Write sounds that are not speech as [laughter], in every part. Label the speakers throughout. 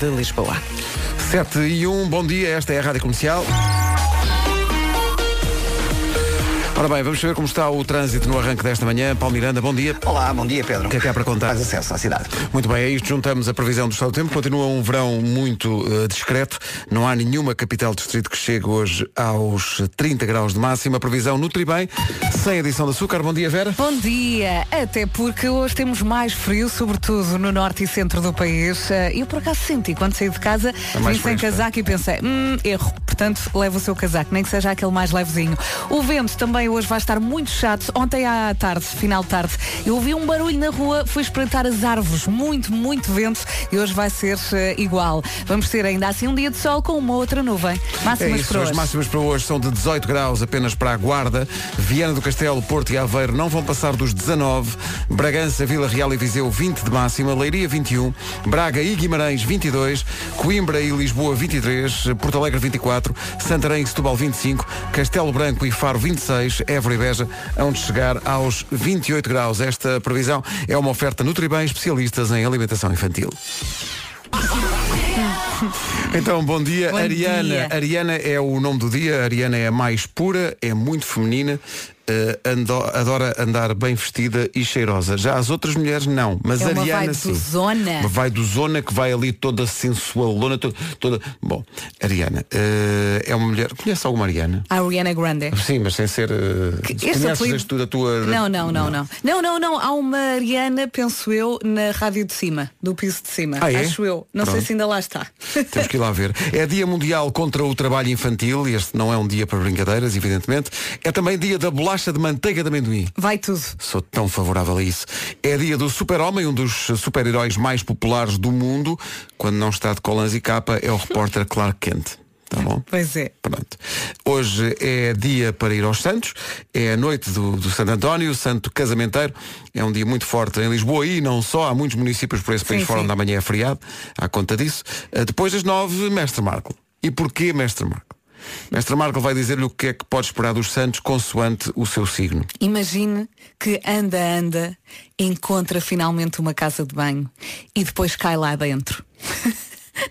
Speaker 1: de Lisboa.
Speaker 2: 7 e 1, bom dia, esta é a Rádio Comercial. Ora bem, vamos saber como está o trânsito no arranque desta manhã. Paulo Miranda, bom dia.
Speaker 3: Olá, bom dia Pedro.
Speaker 2: O que é que há para contar?
Speaker 3: Mais acesso à cidade.
Speaker 2: Muito bem, a isto juntamos a previsão do estado do tempo. Continua um verão muito eh, discreto. Não há nenhuma capital de distrito que chegue hoje aos 30 graus de máxima. Previsão Nutribem, sem adição de açúcar. Bom dia, Vera.
Speaker 4: Bom dia! Até porque hoje temos mais frio, sobretudo no norte e centro do país. Eh, Eu por acaso senti quando saí de casa,
Speaker 2: Tá mais
Speaker 4: vim sem
Speaker 2: fresco,
Speaker 4: casaco e pensei, hum, erro. Portanto, leva o seu casaco, nem que seja aquele mais levezinho. O vento também hoje vai estar muito chato. Ontem à tarde, final de tarde, eu ouvi um barulho na rua, fui espreitar as árvores. Muito, muito vento e hoje vai ser eh, igual. Vamos ter ainda assim um dia de sol com uma outra nuvem.
Speaker 2: É
Speaker 4: Máximas
Speaker 2: isso,
Speaker 4: para
Speaker 2: as
Speaker 4: hoje.
Speaker 2: máximas para hoje são de 18 graus apenas para a Guarda. Viana do Castelo, Porto e Aveiro não vão passar dos 19. Bragança, Vila Real e Viseu, 20 de máxima. Leiria, 21. Braga e Guimarães, 22. Coimbra e Lisboa, 23. Porto Alegre, 24. Santarém e Setúbal, 25. Castelo Branco e Faro, 26. Évora e Beja, onde chegar aos 28 graus. Esta previsão é uma oferta Nutribem, especialistas em alimentação infantil. Então, bom dia.
Speaker 4: Bom
Speaker 2: Ariana.
Speaker 4: dia.
Speaker 2: Ariana é o nome do dia. Ariana é a mais pura, é muito feminina, eh, ando- adora andar bem vestida e cheirosa. Já as outras mulheres não, mas
Speaker 4: É uma
Speaker 2: Ariana
Speaker 4: vibe
Speaker 2: sim.
Speaker 4: do zona.
Speaker 2: Uma vai do zona que vai ali toda sensualona, to- toda. Bom, Ariana eh, é uma mulher. Conhece alguma Ariana?
Speaker 4: A Ariana Grande.
Speaker 2: Sim, mas sem ser. eh,
Speaker 4: este
Speaker 2: conheces
Speaker 4: apelido-
Speaker 2: este tu da tua.
Speaker 4: Não, não, não, não. Não, não, não. Há uma Ariana, penso eu, na rádio de cima, do piso de cima.
Speaker 2: Ah, é?
Speaker 4: Acho eu. Não sei
Speaker 2: Pronto.
Speaker 4: se ainda lá está. [laughs]
Speaker 2: Temos que ir lá ver. É Dia Mundial contra o Trabalho Infantil. e Este não é um dia para brincadeiras, evidentemente. É também dia da bolacha de manteiga de amendoim.
Speaker 4: Vai tudo.
Speaker 2: Sou tão favorável a isso. É dia do super-homem, um dos super-heróis mais populares do mundo. Quando não está de colãs e capa,
Speaker 4: [laughs]
Speaker 2: é o repórter Clark Kent. Tá bom?
Speaker 4: Pois é.
Speaker 2: Pronto. Hoje é dia para ir aos Santos, é a noite do, do Santo António, Santo Casamenteiro. É um dia muito forte em Lisboa e não só, há muitos municípios por esse país
Speaker 4: Sim,
Speaker 2: fora
Speaker 4: sim.
Speaker 2: onde amanhã é feriado, à conta disso. Uh, Depois das nove, Mestre Marco. E porquê Mestre Marco? Mestre Marco vai dizer-lhe o que é que pode esperar dos Santos consoante o seu signo.
Speaker 4: Imagine que anda, anda, encontra finalmente uma casa de banho e depois cai lá dentro. [laughs]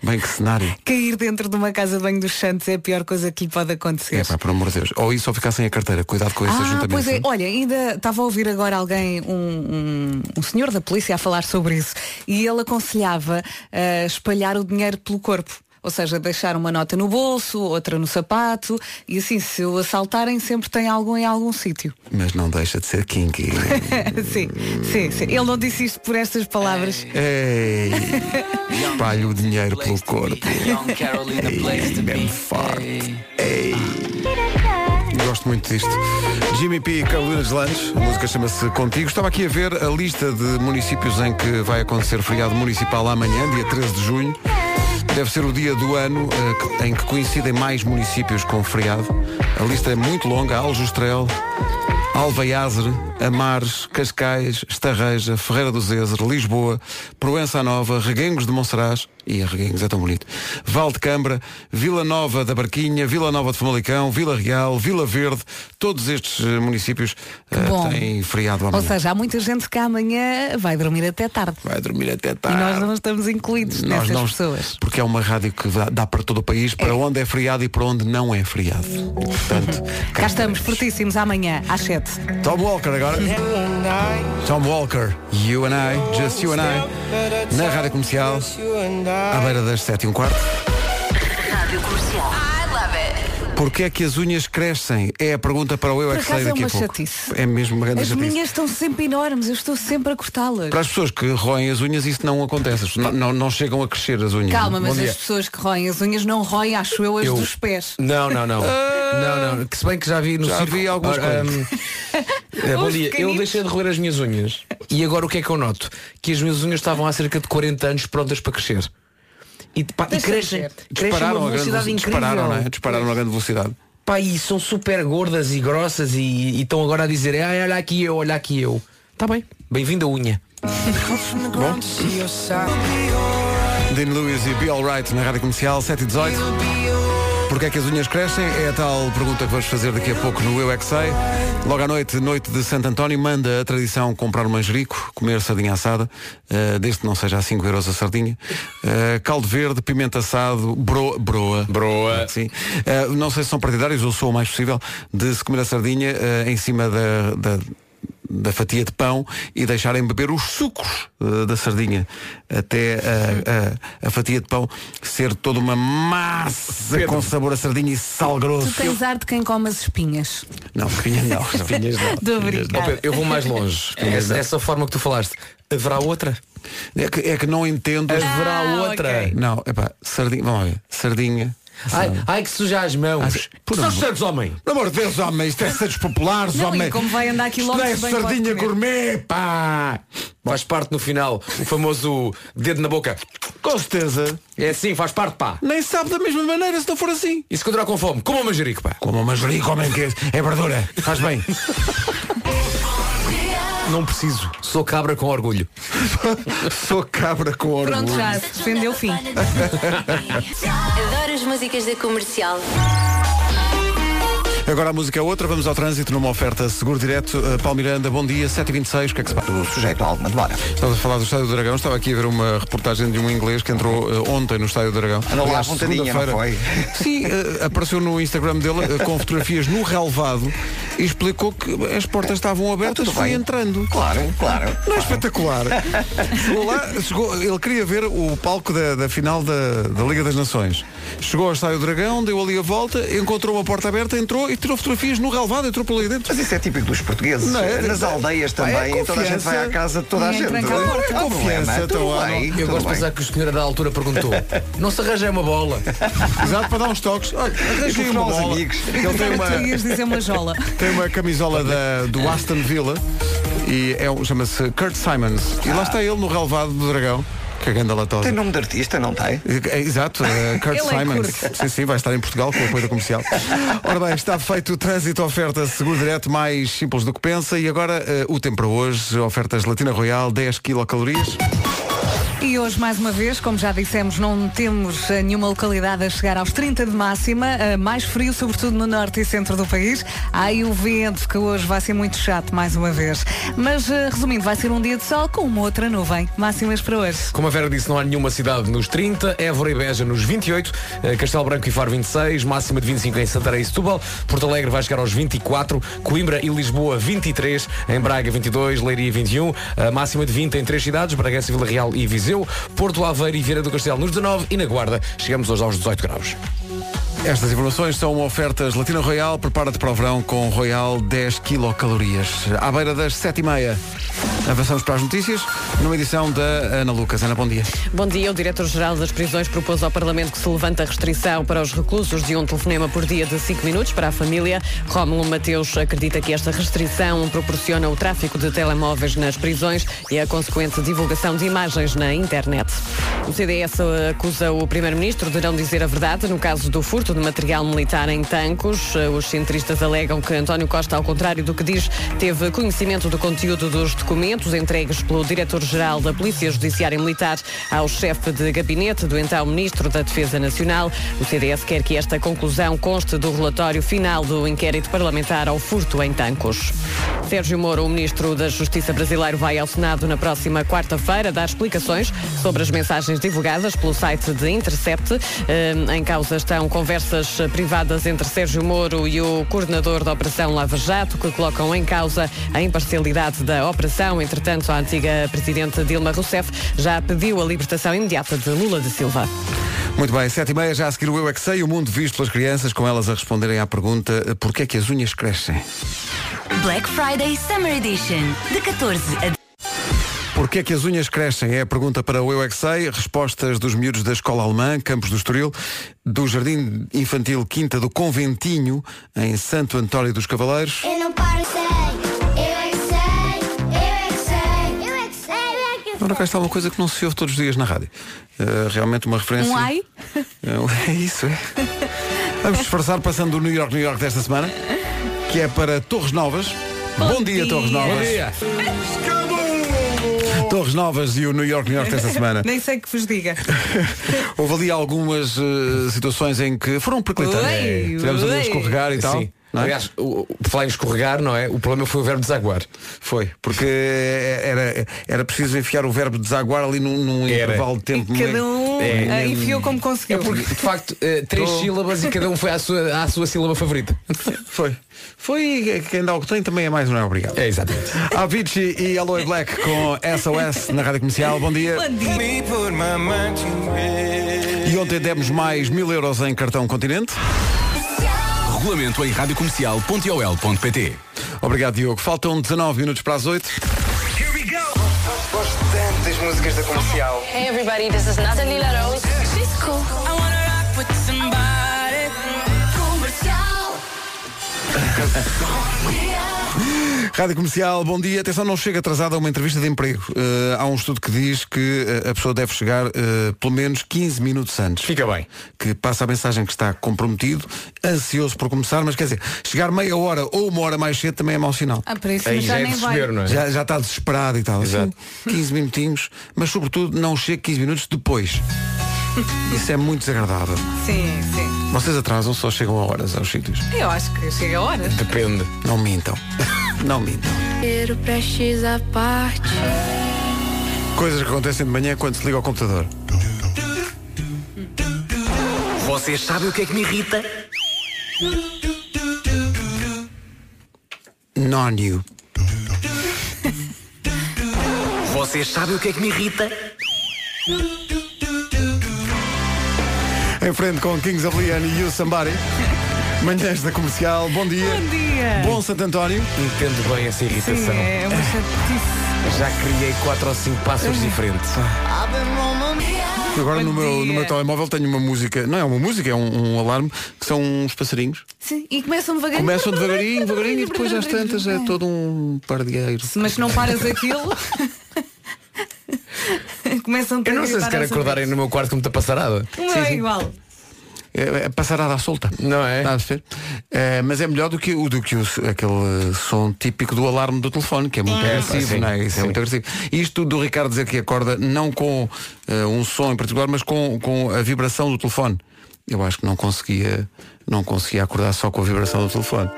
Speaker 2: Bem que cenário.
Speaker 4: Cair dentro de uma casa de banho dos Santos é a pior coisa que lhe pode acontecer.
Speaker 2: É pá, por amor de Deus. Ou isso ou ficar sem a carteira. Cuidado com esse
Speaker 4: Ah,
Speaker 2: ajuntamento.
Speaker 4: pois é, olha, ainda estava a ouvir agora alguém, um, um, um senhor da polícia a falar sobre isso e ele aconselhava ah, espalhar o dinheiro pelo corpo. Ou seja, deixar uma nota no bolso, outra no sapato e assim, se o assaltarem, sempre tem algum em algum sítio. [laughs]
Speaker 2: Mas não deixa de ser kinky.
Speaker 4: sim, sim, sim. Ele não disse isto por estas palavras.
Speaker 2: Ei, espalha o dinheiro pelo corpo. Ei, bem forte. Ei. Gosto muito disto. Jimmy P. e Carolinas Lange, a música chama-se Contigo. Estava aqui a ver a lista de municípios em que vai acontecer feriado municipal amanhã, dia 13 de junho. Deve ser o dia do ano eh, que- em que coincidem mais municípios com feriado. A lista é muito longa. Aljustrel, Alveiazre, Amares, Cascais, Estarreja, Ferreira do Zezer, Lisboa, Proença Nova, Reguengos de Monsaraz, e a Reguengos é tão bonito, Val de Câmara, Vila Nova da Barquinha, Vila Nova de Famalicão, Vila Real, Vila Verde, todos estes eh, municípios eh,
Speaker 4: bom.
Speaker 2: têm feriado amanhã.
Speaker 4: Ou seja, há muita gente que amanhã vai dormir até tarde.
Speaker 2: Vai dormir até
Speaker 4: E
Speaker 2: tarde.
Speaker 4: nós não estamos incluídos
Speaker 2: Nós
Speaker 4: nessas
Speaker 2: não-
Speaker 4: pessoas.
Speaker 2: Porque é uma rádio que dá, dá para todo o país, para onde é feriado e para onde não é feriado. Portanto,
Speaker 4: Uhum. Cá estamos, fortíssimos, amanhã, às 7.
Speaker 2: Tom Walker agora. Tom Walker, You and I, Just You and I, na rádio comercial, à beira das 7 e um quarto.
Speaker 5: Rádio Comercial. I love it.
Speaker 2: Porquê é que as unhas crescem? É a pergunta para o Eu É
Speaker 4: Por
Speaker 2: Que Sei
Speaker 4: acaso é
Speaker 2: daqui a
Speaker 4: uma
Speaker 2: pouco.
Speaker 4: chatice.
Speaker 2: É mesmo uma grande
Speaker 4: As
Speaker 2: chatice.
Speaker 4: minhas estão sempre enormes, eu estou sempre a cortá-las.
Speaker 2: Para as pessoas que roem as unhas, isso não acontece. As pessoas Não, não, não chegam a crescer as unhas.
Speaker 4: Calma,
Speaker 6: Bom
Speaker 4: mas
Speaker 6: dia.
Speaker 4: as pessoas que roem as unhas não roem, acho eu, as
Speaker 6: Eu-
Speaker 4: dos pés.
Speaker 6: Não, não, não. não, não. Que se bem que já vi no
Speaker 2: Ah. Já
Speaker 6: circo.
Speaker 2: vi alguns
Speaker 6: Ora,
Speaker 2: coisas.
Speaker 6: [laughs] hum, eh, bom
Speaker 4: Os
Speaker 6: dia.
Speaker 4: pequeninos.
Speaker 6: Eu deixei de roer as minhas unhas. E agora o que é que eu noto? Que as minhas unhas estavam há cerca de 40 anos prontas para crescer. E, pá, e
Speaker 4: Deixa
Speaker 6: crescem,
Speaker 4: ver.
Speaker 6: crescem
Speaker 2: a
Speaker 6: a uma
Speaker 2: grande,
Speaker 6: velocidade
Speaker 2: velocidade.
Speaker 6: incrível.
Speaker 2: dispararam, não é? Dispararam a grande velocidade.
Speaker 6: Pá, e são super gordas e grossas e e estão agora a dizer, ai, olha aqui eu, olha aqui eu. Tá bem. Bem-vindo a unha.
Speaker 2: Dean Lewis e Be Alright na rádio comercial, 7 e 18. Porquê é que as unhas crescem? É a tal pergunta que vamos fazer daqui a pouco no Eu É Que Sei. Logo à noite, noite de Santo António, manda a tradição comprar um manjerico, comer sardinha assada, eh, desde que não seja a 5 euros a sardinha, eh, caldo verde, pimenta assado, bro- broa.
Speaker 6: Broa.
Speaker 2: Sim. Eh, não sei se são partidários, eu sou o mais possível, de se comer a sardinha eh, em cima da, da- da fatia de pão e deixarem beber os sucos eh, da sardinha até eh, a, a fatia de pão ser toda uma massa
Speaker 6: Pedro.
Speaker 2: com sabor a sardinha e sal grosso.
Speaker 4: Tu tens ar de quem come as espinhas.
Speaker 2: Não, espinha não.
Speaker 4: [laughs]
Speaker 6: Espinhas não.
Speaker 4: Estou a
Speaker 6: Ó,
Speaker 4: brincar.
Speaker 6: Pedro, eu vou mais longe.
Speaker 4: [laughs] É.
Speaker 6: Essa, essa forma que tu falaste, haverá outra?
Speaker 2: É que, é que não entendo. as-
Speaker 6: Haverá
Speaker 4: Ah,
Speaker 6: outra?
Speaker 4: ok.
Speaker 2: Não, epá, sardinha, vamos ver, sardinha.
Speaker 4: Ah.
Speaker 6: Ai, ai, que suja as mãos.
Speaker 2: Ai, por
Speaker 6: São
Speaker 2: amor.
Speaker 6: santos, homem.
Speaker 2: Pelo amor de Deus, homem,
Speaker 4: [laughs]
Speaker 2: isto é santos populares,
Speaker 4: Não, e
Speaker 2: homem.
Speaker 4: como vai andar
Speaker 2: isto não é
Speaker 4: quilómetros, bem pode
Speaker 2: sardinha
Speaker 4: comer.
Speaker 2: gourmet, pá.
Speaker 6: Faz parte no final, o famoso dedo na boca.
Speaker 2: Com certeza.
Speaker 6: É assim, faz parte, pá.
Speaker 2: Nem sabe da mesma maneira se não for assim.
Speaker 6: E se continuar com fome, como o manjerico, pá.
Speaker 2: Como uma manjerico, homem, que é, é verdura. Faz bem. [laughs]
Speaker 6: Não preciso. Sou cabra com orgulho.
Speaker 2: [laughs] Sou cabra com orgulho.
Speaker 4: Pronto, já
Speaker 6: é
Speaker 4: se defendeu o fim.
Speaker 5: Adoro as músicas da comercial.
Speaker 2: Agora a música é outra, vamos ao trânsito numa oferta Seguro Direto. Uh, Paulo Miranda, bom dia, 7h26, o que é que se passa?
Speaker 1: do sujeito a alguma demora.
Speaker 2: Estamos a falar do Estádio do Dragão, estava aqui a ver uma reportagem de um inglês que entrou uh, ontem no Estádio do Dragão.
Speaker 1: Andou lá
Speaker 2: Aliás,
Speaker 1: à vontadinha,
Speaker 2: segunda-feira.
Speaker 1: não foi?
Speaker 2: [laughs] Sim, uh, apareceu no Instagram dele uh, com fotografias no relevado e explicou que as portas estavam abertas,
Speaker 1: tudo
Speaker 2: foi
Speaker 1: bem.
Speaker 2: entrando.
Speaker 1: Claro, claro.
Speaker 2: Não é espetacular. chegou lá, chegou- ele queria ver o palco da, da final da, da Liga das Nações. Chegou ao Estádio do Dragão, deu ali a volta, encontrou uma porta aberta, entrou e tirou fotografias no relvado, entrou por ali dentro.
Speaker 1: Mas isso é típico dos portugueses. eh,
Speaker 2: Não é?
Speaker 1: Nas aldeias
Speaker 2: Pá, é
Speaker 1: também. toda a gente
Speaker 2: confiança.
Speaker 1: vai à casa de toda a
Speaker 4: Ninguém
Speaker 1: gente.
Speaker 4: tranca a
Speaker 1: Não
Speaker 4: porta.
Speaker 1: há
Speaker 2: Confiança,
Speaker 1: problema.
Speaker 2: então
Speaker 1: Tudo
Speaker 2: há-
Speaker 1: bem,
Speaker 6: Eu
Speaker 1: tudo
Speaker 6: gosto de
Speaker 1: bem.
Speaker 6: pensar que o senhor da altura perguntou. Não se arranja uma bola.
Speaker 2: Exato, para dar uns toques. Olha, arranjei uma
Speaker 1: Telefonou aos
Speaker 2: bola.
Speaker 1: amigos.
Speaker 2: Ele tem uma,
Speaker 4: Tu ias dizer uma jola.
Speaker 2: tem uma camisola da, do Aston Villa e é um, chama-se Kurt Simons. E lá está ele no relevado do Dragão. Que grande latosa.
Speaker 1: Tem nome de artista, não tem?
Speaker 2: É, Exato,
Speaker 4: [laughs]
Speaker 2: é Kurt
Speaker 4: Ele é
Speaker 2: Simons.
Speaker 4: curto.
Speaker 2: sim, sim, vai estar em Portugal com o apoio da comercial. Ora bem, está feito o trânsito, oferta seguro direto, mais simples do que pensa. E agora eh, o tempo para hoje, oferta gelatina royal, 10 quilocalorias.
Speaker 4: E hoje, mais uma vez, como já dissemos, não temos eh, nenhuma localidade a chegar aos 30 de máxima, eh, mais frio, sobretudo no norte e centro do país. Há aí o vento, que hoje vai ser muito chato, mais uma vez. Mas, eh, resumindo, vai ser um dia de sol com uma outra nuvem. Máximas para hoje.
Speaker 6: Como a Vera disse, não há nenhuma cidade nos 30, Évora e Beja nos 28, eh, Castelo Branco e Faro 26, máxima de 25 em Santarém e Setúbal, Porto Alegre vai chegar aos 24, Coimbra e Lisboa 23, em Braga 22, Leiria 21, a máxima de 20 em três cidades, Bragança, Vila Real e Viseu, Porto Aveiro e Vieira do Castelo nos 19 e na Guarda chegamos hoje aos 18 graus.
Speaker 2: Estas informações são uma oferta gelatina royal. Prepara-te para o verão com Royal 10 quilocalorias. À beira das 7h30, avançamos para as notícias, numa edição da Ana Lucas. Ana, bom dia.
Speaker 3: Bom dia. O diretor-geral das prisões propôs ao Parlamento que se levante a restrição para os reclusos de um telefonema por dia de 5 minutos para a família. Rómulo Mateus acredita que esta restrição proporciona o tráfico de telemóveis nas prisões e a consequente divulgação de imagens na internet. O CDS acusa o primeiro-ministro de não dizer a verdade no caso do furto de material militar em Tancos. Os centristas alegam que António Costa, ao contrário do que diz, teve conhecimento do conteúdo dos documentos entregues pelo diretor-geral da Polícia Judiciária Militar ao chefe de gabinete do então ministro da Defesa Nacional. O CDS quer que esta conclusão conste do relatório final do inquérito parlamentar ao furto em Tancos. Sérgio Moro, o ministro da Justiça brasileiro, vai ao Senado na próxima quarta-feira dar explicações sobre as mensagens divulgadas pelo site de Intercept. Eh, Em causa estão conversas privadas entre Sérgio Moro e o coordenador da Operação Lava Jato, que colocam em causa a imparcialidade da operação. Entretanto, a antiga presidente Dilma Rousseff já pediu a libertação imediata de Lula da Silva.
Speaker 2: Muito bem, 7h30 já a seguir o Eu É Que Sei, o mundo visto pelas crianças, com elas a responderem à pergunta: porquê é que as unhas crescem?
Speaker 5: Black Friday Summer Edition. De 14 a
Speaker 2: Porquê é que as unhas crescem? É a pergunta para o Eu é Que Sei. Respostas dos miúdos da Escola Alemã, Campos do Estoril, do Jardim Infantil Quinta do Conventinho, em Santo António dos Cavaleiros.
Speaker 7: Eu não paro, sei. Eu é que sei. Eu é que sei. Eu é que sei. Eu é que
Speaker 2: Agora cá está uma coisa que não se ouve todos os dias na rádio. Eh, realmente uma referência.
Speaker 4: Um ai?
Speaker 2: É isso, é. Vamos disfarçar passando do New York, New York desta semana, que é para Torres Novas. Bom, dia,
Speaker 4: dia.
Speaker 2: Torres Novas.
Speaker 6: Bom dia!
Speaker 2: Torres Novas e o New York, New York desta semana.
Speaker 4: Nem sei que vos diga.
Speaker 2: Houve ali algumas eh, situações em que foram perclitadas.
Speaker 4: Ui,
Speaker 2: Tivemos ali a
Speaker 4: ui.
Speaker 2: escorregar e tal.
Speaker 6: Sim.
Speaker 2: não é?
Speaker 6: Aliás, o, o, por falar em escorregar, não é? O problema foi o verbo desaguar.
Speaker 2: Foi, porque era, era preciso enfiar o verbo desaguar ali num, num
Speaker 6: Era.
Speaker 2: intervalo de tempo.
Speaker 4: Cada um
Speaker 6: É,
Speaker 4: ah, enfiou como
Speaker 6: É
Speaker 4: conseguiu.
Speaker 6: porque, de facto, eh, três
Speaker 2: Tô-
Speaker 6: sílabas e cada um foi à sua, à sua sílaba favorita.
Speaker 2: É. Foi. Foi quem dá o que tem também é mais, não é? Obrigado.
Speaker 6: É, exatamente.
Speaker 2: Avicii e Aloy Black com SOS na Rádio Comercial. Bom dia.
Speaker 4: Bom dia.
Speaker 2: E ontem demos mais mil euros em cartão continente.
Speaker 8: Regulamento em radiocomercial.ol.pt
Speaker 2: Obrigado, Diogo. Faltam 19 minutos para as 8.
Speaker 1: Gosto tanto das músicas da comercial.
Speaker 5: Hey everybody, this is Natalie Larose. She's cool.
Speaker 2: Rádio Comercial, bom dia. Atenção, não chega atrasada a uma entrevista de emprego. Eh, há um estudo que diz que eh, a pessoa deve chegar eh, pelo menos 15 minutos antes.
Speaker 6: Fica bem.
Speaker 2: Que passa a mensagem que está comprometido, ansioso por começar, mas quer dizer, chegar meia hora ou uma hora mais cedo também é mau sinal.
Speaker 4: Ah, para isso
Speaker 6: Aí
Speaker 4: mas já,
Speaker 6: já é
Speaker 4: nem vai.
Speaker 6: perceber, não é?
Speaker 2: Já, já está desesperado e tal. Assim,
Speaker 6: Exato.
Speaker 2: 15 minutinhos, mas sobretudo não chega 15 minutos
Speaker 6: [laughs]
Speaker 2: depois. Isso é muito desagradável.
Speaker 4: Sim, sim.
Speaker 2: Vocês atrasam, só chegam a horas aos sítios.
Speaker 4: Eu acho que chega a hora.
Speaker 6: Depende.
Speaker 2: Não mintam. [laughs] Não mintam.
Speaker 9: Prestes à parte.
Speaker 2: Coisas que acontecem de manhã quando se liga ao computador.
Speaker 8: Vocês sabem o que é que me irrita?
Speaker 2: Non you.
Speaker 8: Vocês sabem o que é que me irrita?
Speaker 2: Em frente com Kings of Leon e You Somebody. Manhãs da comercial, bom dia.
Speaker 4: Bom dia.
Speaker 2: Bom Santo António.
Speaker 6: Entendo bem essa irritação.
Speaker 4: Sim, é uma chatice.
Speaker 6: Já criei quatro ou cinco passos diferentes.
Speaker 2: Agora
Speaker 4: Bom
Speaker 2: no meu,
Speaker 4: dia.
Speaker 2: no meu telemóvel tenho uma música, não é uma música, é um, um alarme, que são uns passarinhos.
Speaker 4: Sim, e começam devagarinho.
Speaker 2: Começam devagarinho,
Speaker 4: é
Speaker 2: devagarinho e depois às tantas é todo um pardieiro.
Speaker 4: Se- Mas não paras
Speaker 6: [laughs]
Speaker 4: aquilo. começam
Speaker 6: Eu não
Speaker 4: a
Speaker 6: sei se
Speaker 4: gritar
Speaker 6: quero
Speaker 4: às
Speaker 6: acordarem no meu quarto com muita passarada.
Speaker 4: outras. Não é igual.
Speaker 2: É, é passarada à solta.
Speaker 6: Não é?
Speaker 2: Está a perceber? É, mas é melhor do que, o- do que o, aquele som típico do alarme do telefone, que é muito
Speaker 6: É,
Speaker 2: agressivo.
Speaker 6: sim,
Speaker 2: não é? Isso é
Speaker 6: sim.
Speaker 2: muito agressivo. Isto do Ricardo dizer que acorda não com eh, um som em particular, mas com, com a vibração do telefone. Eu acho que não conseguia, não conseguia acordar só com a vibração do telefone.